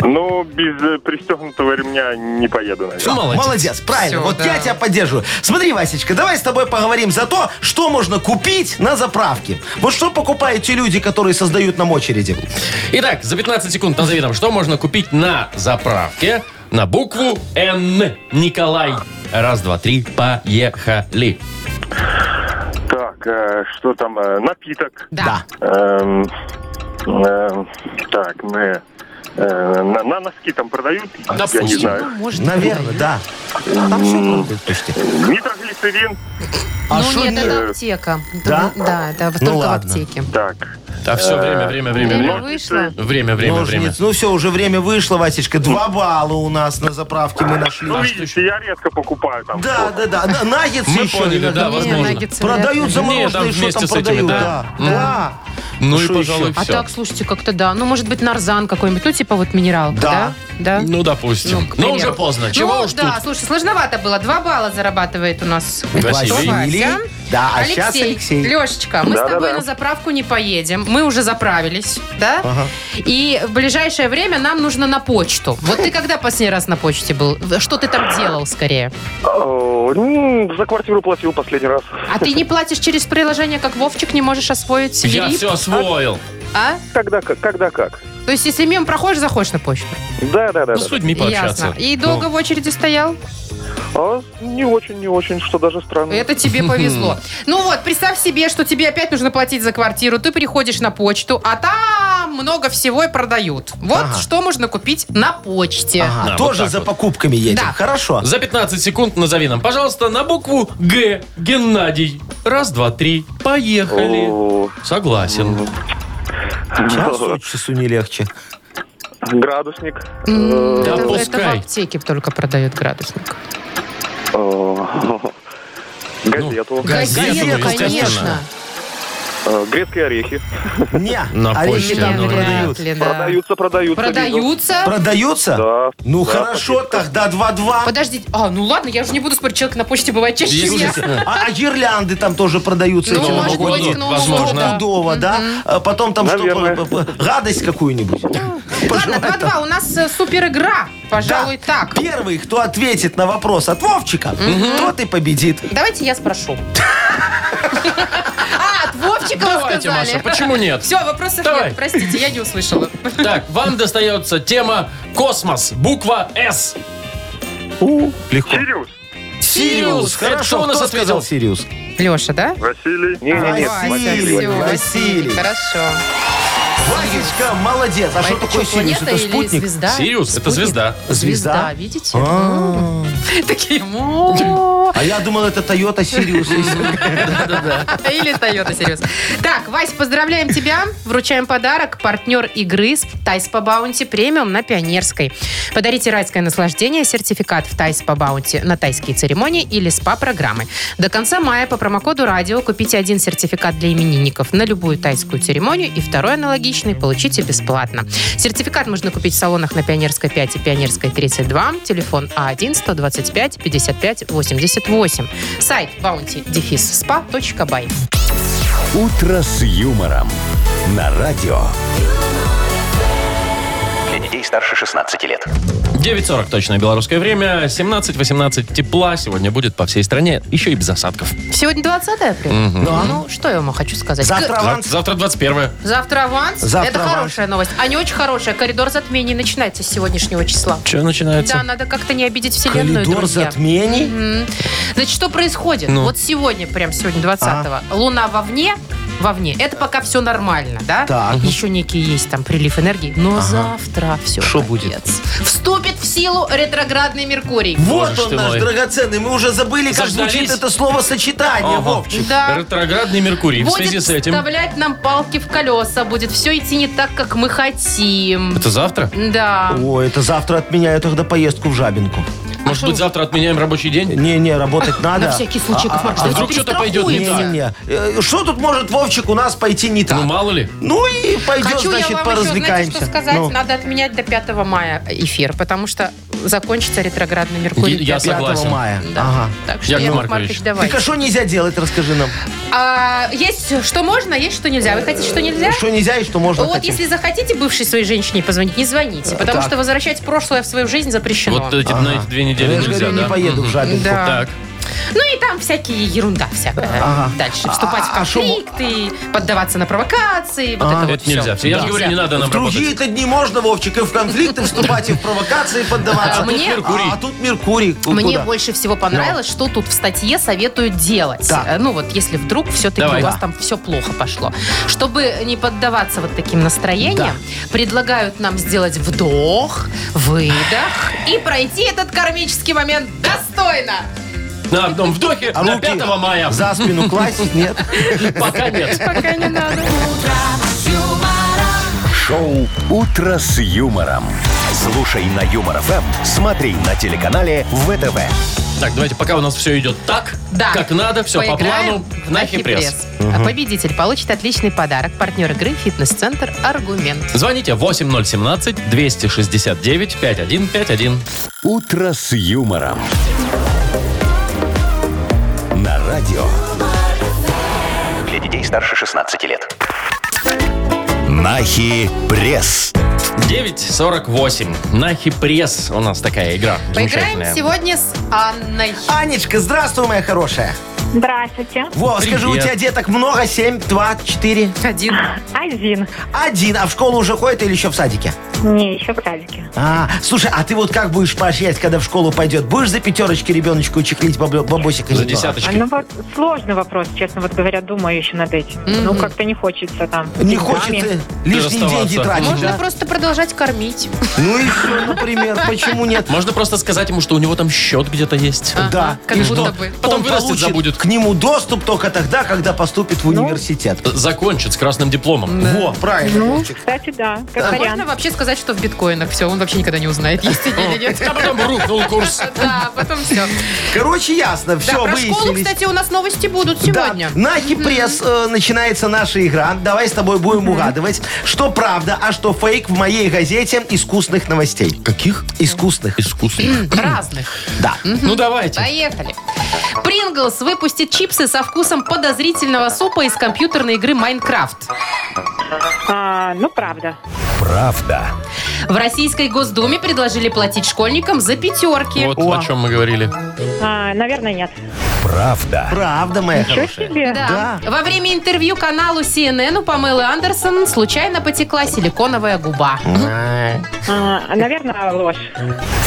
S10: Но без э, пристегнутого ремня не поеду, наверное.
S4: Всё,
S2: Молодец.
S4: молодец. правильно.
S3: Всё,
S4: вот
S3: да.
S4: я тебя поддерживаю. Смотри, Васечка, давай с тобой поговорим за то, что можно купить на заправке. Вот что покупают те люди, которые создают нам очереди?
S2: Итак, за 15 секунд назови нам, что можно купить на заправке на букву Н. Николай. Раз, два, три, поехали.
S10: Так, э, что там? э, напиток.
S3: Да.
S10: Эм, эм, так, мы... э, на, на носки там продают?
S4: А,
S10: Я не
S2: Допустим.
S10: знаю.
S3: Может,
S4: Наверное, да. Там все продают почти.
S10: Нитроглицерин.
S4: А
S3: ну
S4: шо
S3: нет,
S4: не-
S3: это аптека.
S4: Да?
S3: Да, да, вот
S4: Ну
S3: только в
S4: ладно.
S3: аптеке.
S10: Так.
S2: Да
S10: Э,
S2: все, А время, время,
S10: ну,
S2: время,
S3: Время
S2: время.
S3: вышло.
S2: Время, время,
S4: Ножниц.
S2: время.
S4: Ну все, уже время вышло, Васечка. Два балла у нас на заправке мы нашли.
S10: Ну, видите, я редко покупаю там.
S4: Да, да, да. На- Наггетсы
S2: Мы
S4: еще
S2: поняли,
S4: иногда
S2: да,
S4: продают.
S3: Не,
S2: возможно.
S3: наггетсы
S4: Продают
S3: вряд ли.
S2: Не, там
S4: замороженные, что
S2: вместе
S4: там
S2: с этими,
S4: продают.
S2: да.
S4: Да,
S2: Мгм.
S4: да.
S2: Ну и,
S4: Что
S2: пожалуй,
S3: А
S2: все.
S3: так, слушайте, как-то да. Ну, может быть, нарзан какой-нибудь. Ну, типа вот минералка, да?
S4: Да.
S3: Да.
S2: Ну, допустим.
S3: к
S2: Но
S3: примеру.
S2: уже поздно.
S3: Ну,
S2: Чего уж
S3: да,
S2: тут?
S3: слушай, сложновато было. Два балла зарабатывает у нас.
S2: Василий.
S3: Кто, Вася?
S4: Да, а
S3: Алексей,
S4: сейчас Алексей.
S3: Лешечка, мы с
S10: Да-да-да.
S3: тобой на заправку не поедем. Мы уже заправились, да? И в ближайшее время нам нужно на почту. Вот ты когда последний раз на почте был? Что ты там делал скорее?
S10: За квартиру платил последний раз.
S3: А ты не платишь через приложение, как Вовчик, не можешь освоить
S2: Я
S3: Лирип?
S2: все освоил.
S3: А?
S10: Когда как? Когда как?
S3: То есть, если мимо проходишь, заходишь на почту?
S10: Да, да, да.
S2: Ну, с людьми пообщаться.
S3: Ясно. И
S2: Ну,
S3: долго в очереди стоял?
S10: А, не очень, не очень, что даже странно.
S3: Это тебе повезло. Ну вот, представь себе, что тебе опять нужно платить за квартиру, ты приходишь на почту, а там много всего и продают. Вот
S4: Ага.
S3: что можно купить на почте.
S4: Ага,
S2: Да, вот
S4: тоже
S2: так
S4: за
S2: вот.
S4: покупками едем.
S3: Да.
S4: Хорошо.
S2: Ну, За 15 секунд назови нам, пожалуйста, на букву Г. Геннадий. Раз, два, три. Поехали. Согласен.
S4: Час от часу не легче.
S10: Градусник.
S6: э,
S3: М,
S2: Да
S3: это- Это в
S2: пускай.
S3: аптеке только продают градусник.
S10: Газету.
S2: Газету,
S3: Газета,
S2: естественно.
S3: конечно.
S6: э, Грецкие орехи.
S4: Не,
S2: На
S3: а
S4: орехи
S2: почте,
S4: там
S3: Нет,
S4: не
S2: ну,
S3: вряд
S4: продают.
S3: ли, да.
S6: продаются. А,
S3: Продаются?
S4: Продаются?
S6: Да.
S4: Ну
S6: Да,
S4: хорошо, тогда 2-2.
S3: Подождите. А, ну ладно, я уже не буду спорить, человек на почте бывает чаще, чем я.
S2: Слушайте,
S4: А, а гирлянды там тоже продаются.
S3: Ну,
S4: эти
S3: может
S2: Новый
S4: новогодние.
S3: быть,
S2: год,
S3: к Новому
S2: возможно.
S3: году.
S4: Стопудово, да? А Потом там
S6: Наверное.
S4: что, п- п- гадость какую-нибудь.
S3: Ну, Ладно, 2-2. У нас э, супер игра. Пожалуй, так.
S4: Первый, кто ответит на вопрос от Вовчика, тот и победит.
S3: Давайте я спрошу. А, от Вовчика вы
S2: Давайте, Маша,
S3: сказали.
S2: почему нет?
S3: Все, вопросов
S2: Давай.
S3: нет. Простите, я не услышала.
S2: Так, вам достается тема «Космос», буква «С».
S4: Легко.
S10: Сириус,
S2: Сириус,
S4: Сириус,
S2: это что
S4: хорошо,
S2: у нас
S4: кто сказал
S2: ответил?
S4: Сириус?
S3: Леша, да?
S10: Василий.
S3: Вася,
S4: Василий,
S3: всё,
S4: Василий.
S3: Хорошо.
S4: Васечка, молодец. А что
S3: это
S4: такое Сириус?
S3: планета
S4: Это
S3: или
S4: спутник?
S3: звезда?
S2: Сириус это
S3: Спутник?
S2: звезда.
S3: Звезда,
S4: Звезда?
S3: видите? Такие, «Мо».
S4: А я думал, это Тойота Сириус.
S3: или Toyota, Сириус. Так, Вась, поздравляем тебя, вручаем подарок. Партнер игры Тайс по Баунти премиум на Пионерской. Подарите райское наслаждение, сертификат в Тайс по Баунти на тайские церемонии или СПА-программы. До конца мая по промокоду радио купите один сертификат для именинников на любую тайскую церемонию и второй аналогичный получите бесплатно. Сертификат можно купить в салонах на Пионерской 5 и Пионерской 32, телефон А А1-125-55-88. Сайт bounty-spa.by.
S1: «Утро с юмором» на радио.
S5: Для детей старше 16 лет.
S2: 9.40 точное белорусское время, 17-18 тепла сегодня будет по всей стране, еще и без осадков.
S3: Сегодня 20 апреля. Ну, что я вам хочу сказать?
S4: Завтра
S3: К-
S2: Зав-
S4: аванс.
S2: Завтра 21
S3: Завтра аванс.
S4: Завтра
S3: Это
S4: аванс.
S3: хорошая новость. А не очень хорошая. Коридор затмений начинается с сегодняшнего числа.
S2: Что начинается?
S3: Да, надо как-то не обидеть вселенную,
S4: Коридор
S3: друзья.
S4: затмений.
S3: Значит, что происходит?
S2: Ну. А.
S3: Вот сегодня, прям сегодня, 20-го, Луна вовне, вовне. Это пока все нормально, да?
S4: Так.
S3: Еще некий есть там прилив энергии. Но завтра все.
S4: Шо будет?
S3: Вступит в силу ретроградный Меркурий.
S4: Вот
S2: Боже ж
S4: он
S2: ты
S4: наш
S2: мой.
S4: драгоценный. Мы уже забыли, как
S2: Заждались.
S4: звучит это словосочетание,
S2: Ага.
S4: Вовчик.
S3: Да.
S2: Ретроградный Меркурий. В связи
S3: Будет
S2: с этим...
S3: вставлять нам палки в колеса, будет все идти не так, как мы хотим.
S2: Это завтра?
S3: Да.
S4: О, это завтра отменяю тогда поездку в Жабинку.
S3: А
S2: Может быть, завтра отменяем рабочий день?
S4: Не-не, работать надо.
S3: На всякий случай, Яков Маркович,
S2: а
S3: давайте
S2: вдруг что-то пойдет не
S3: перестрахуемся.
S2: так?
S4: Не-не. Э, Что тут может, Вовчик, у нас пойти не
S2: Ну,
S4: так?
S2: мало ли.
S4: Ну и пойдет,
S3: Хочу
S4: значит,
S3: я вам еще, знаете,
S4: поразвлекаемся.
S3: что сказать?
S4: Ну.
S3: Надо отменять до 5 мая эфир, потому что закончится ретроградный Меркурий.
S2: Я- я
S4: 5
S2: согласен.
S4: мая.
S3: Да.
S4: Ага.
S3: Так что,
S2: Яков
S3: Яков
S2: Маркович.
S3: Маркович, давай.
S4: Так а что нельзя делать, расскажи нам.
S3: А, есть что можно, есть что нельзя. Вы хотите, что нельзя?
S4: Что нельзя и что можно
S3: Вот
S4: хотим.
S3: если захотите бывшей своей женщине позвонить, не звоните, потому
S4: так. э,
S3: что возвращать прошлое в свою жизнь запрещено.
S2: Вот эти, на эти две недели
S4: Я же
S2: нельзя,
S4: говорю,
S2: да?
S4: не поеду в
S2: Мгм.
S4: Жабинку.
S3: Да.
S2: Так.
S3: Ну и там всякие ерунда всякая.
S4: Ага.
S3: Дальше вступать в
S4: А, а шо мо-
S3: конфликты, поддаваться на провокации, А, вот это вот
S2: Это нельзя.
S3: всё.
S2: Я же говорю, не надо нам
S4: В
S2: работать.
S4: другие-то дни можно, Вовчик, и в конфликты вступать, и в провокации поддаваться.
S3: А мне-
S2: Меркурий.
S4: А тут Меркурий.
S3: Мне
S2: Ну,
S4: Куда?
S3: больше всего понравилось, что тут в статье советуют делать.
S4: Так.
S3: Э, Ну вот, если вдруг все-таки
S2: Давай.
S3: у вас
S4: Да.
S3: там все плохо пошло. Чтобы не поддаваться вот таким настроениям, предлагают нам сделать вдох, выдох и пройти этот кармический момент достойно.
S2: На одном вдохе
S4: А
S2: до
S4: руки
S2: 5 мая.
S4: За спину класть? Нет.
S2: Пока нет.
S3: Пока не надо.
S1: Шоу «Утро с юмором». Слушай на Юмор ФМ, смотри на телеканале ВТВ.
S2: Так, давайте, пока у нас все идет так,
S3: Да.
S2: как надо, все по
S3: Поиграем
S2: плану, на хипресс.
S3: хипресс. А победитель получит отличный подарок. Партнер игры «Фитнес-центр Аргумент».
S2: Звоните 8017-269-5151.
S1: «Утро с юмором». На радио.
S5: Для детей старше 16 лет.
S1: Нахи пресс.
S2: 948. На хипресс у нас такая игра.
S3: Поиграем
S2: замечательная.
S3: сегодня с Анной.
S4: Анечка, здравствуй, моя хорошая.
S7: Здравствуйте.
S4: Во, скажи, у
S2: Привет.
S4: тебя деток много? Семь, два, четыре,
S3: Один.
S7: Один.
S4: один. А в школу уже ходит или еще в садике?
S7: Не, еще в садике.
S4: А, слушай, а ты вот как будешь поощрять, когда в школу пойдет? Будешь за пятерочки ребеночку чехлить баблё- бабосика?
S2: За
S4: немного?
S7: А,
S2: десяточки.
S7: ну вот сложный вопрос, честно вот говоря, думаю еще над этим. Ну, как-то не хочется там.
S4: Не
S7: деньгами.
S4: хочет э, лишние
S2: Ты расставаться.
S4: деньги тратить,
S3: Можно
S4: да?
S3: просто продолжать кормить.
S4: Ну и все, например, почему нет?
S2: Можно просто сказать ему, что у него там счет где-то есть.
S3: А.
S4: Да.
S3: как
S4: и
S3: будто
S4: что?
S3: бы.
S2: Потом
S4: Он
S2: вырастет,
S4: получит
S2: забудет.
S4: К нему доступ только тогда, когда поступит
S3: Ну.
S4: в университет.
S2: Закончит с красным дипломом.
S4: Во, правильно.
S3: Ну.
S4: Вовчик.
S7: Кстати, да, как
S3: А Можно
S7: вариант.
S3: вообще сказать, что в биткоинах все, он вообще никогда не узнает, есть идея или нет.
S2: А потом рухнул курс.
S3: Да, потом все.
S4: Короче, ясно,
S3: Да,
S4: все
S3: про школу,
S4: выяснились.
S3: кстати, у нас новости будут
S4: Да,
S3: сегодня.
S4: на Хипресс э, начинается наша игра. Давай с тобой будем угадывать, что правда, а что фейк в моей газете искусных новостей.
S2: Каких?
S4: Искусных,
S2: Искусных.
S3: Разных.
S4: да.
S2: Ну давайте.
S3: Поехали. Принглс выпустит чипсы со вкусом подозрительного супа из компьютерной игры Майнкрафт.
S7: А, ну, правда.
S1: Правда.
S3: В российской Госдуме предложили платить школьникам за пятерки.
S2: Вот о чем мы говорили.
S7: А, наверное, нет.
S1: Правда.
S4: Правда, моя
S7: Что
S4: хорошая.
S7: себе?
S3: Да. Во время интервью каналу CNN у Памелы Андерсон случайно потекла силиконовая губа.
S7: А, наверное, ложь.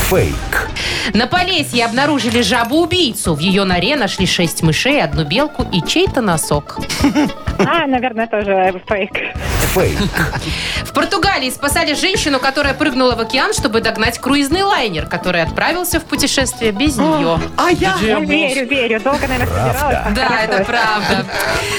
S1: Фейк.
S3: На Полесье обнаружили жабу-убийцу. В ее норе нашли шесть мышей, одну белку и чей-то носок.
S7: А, наверное, тоже фейк.
S1: Фейк.
S3: В Португалии спасали женщину, которая прыгнула в океан, чтобы догнать круизный лайнер, который отправился в путешествие без нее.
S4: А я...
S7: Ну, верю, верю. Долго, наверное, собиралась.
S3: Да, это правда.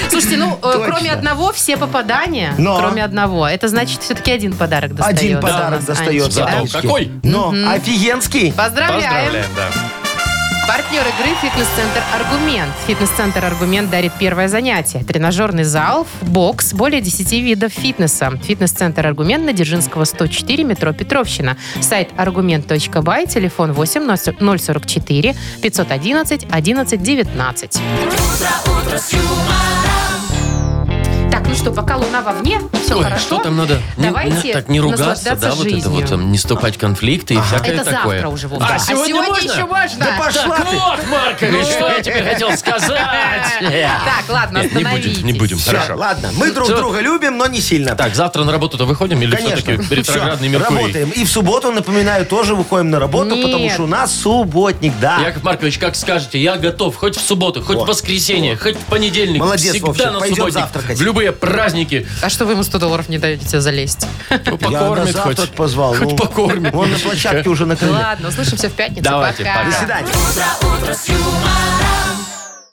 S3: Слушайте, ну, э, кроме одного все попадания,
S4: Но.
S3: кроме одного, это значит, все-таки один подарок достается.
S4: Один
S3: у
S4: подарок
S3: нас,
S4: достается.
S3: Анечке, да?
S2: Зато какой?
S4: Но офигенский.
S3: Поздравляем.
S2: Поздравляем, да.
S3: Партнер игры «Фитнес-центр Аргумент». «Фитнес-центр Аргумент» дарит первое занятие. Тренажерный зал, бокс, более 10 видов фитнеса. «Фитнес-центр Аргумент» на Дзержинского, 104, метро Петровщина. Сайт argument.by, телефон 8 044 511 11 19. Так, ну что, пока луна вовне, все
S2: Ой,
S3: хорошо.
S2: что там надо? Не-
S3: Давайте
S2: не- так не ругаться,
S3: наслаждаться
S2: да, вот это
S3: жизнью.
S2: вот, там, не ступать конфликты и всякое
S3: Это
S2: такое.
S3: завтра уже, Вовка.
S2: А сегодня можно?
S3: еще можно.
S4: Да пошла
S2: Так
S4: ты.
S2: вот, Маркович, что я тебе хотел сказать.
S3: Э, Так, ладно,
S2: Нет, не будем, не
S3: остановитесь.
S2: будем,
S4: Всё,
S2: хорошо.
S4: ладно, мы друг
S2: Всё.
S4: друга любим, но не сильно.
S2: Так, завтра на работу-то выходим или
S4: Конечно.
S2: все-таки ретроградный
S4: Всё,
S2: Меркурий?
S4: Работаем. И в субботу, напоминаю, тоже выходим на работу,
S3: Нет.
S4: потому что у нас субботник, да.
S2: Яков Маркович, как скажете, я готов хоть в субботу, хоть в воскресенье, хоть в понедельник.
S4: Молодец,
S2: всегда
S4: Вовчик,
S2: на
S4: пойдем
S2: субботник.
S4: завтракать.
S2: В любые праздники.
S3: А что вы ему 100 долларов не даете залезть?
S2: Ну,
S4: Я
S2: Покормит
S4: на
S2: хоть.
S4: завтрак позвал.
S2: Хоть
S4: ну.
S2: покормит.
S4: Вон на площадке уже накрыли.
S3: Ладно, услышимся в пятницу.
S2: Давайте, пока.
S4: До свидания.
S1: Утро с юмором.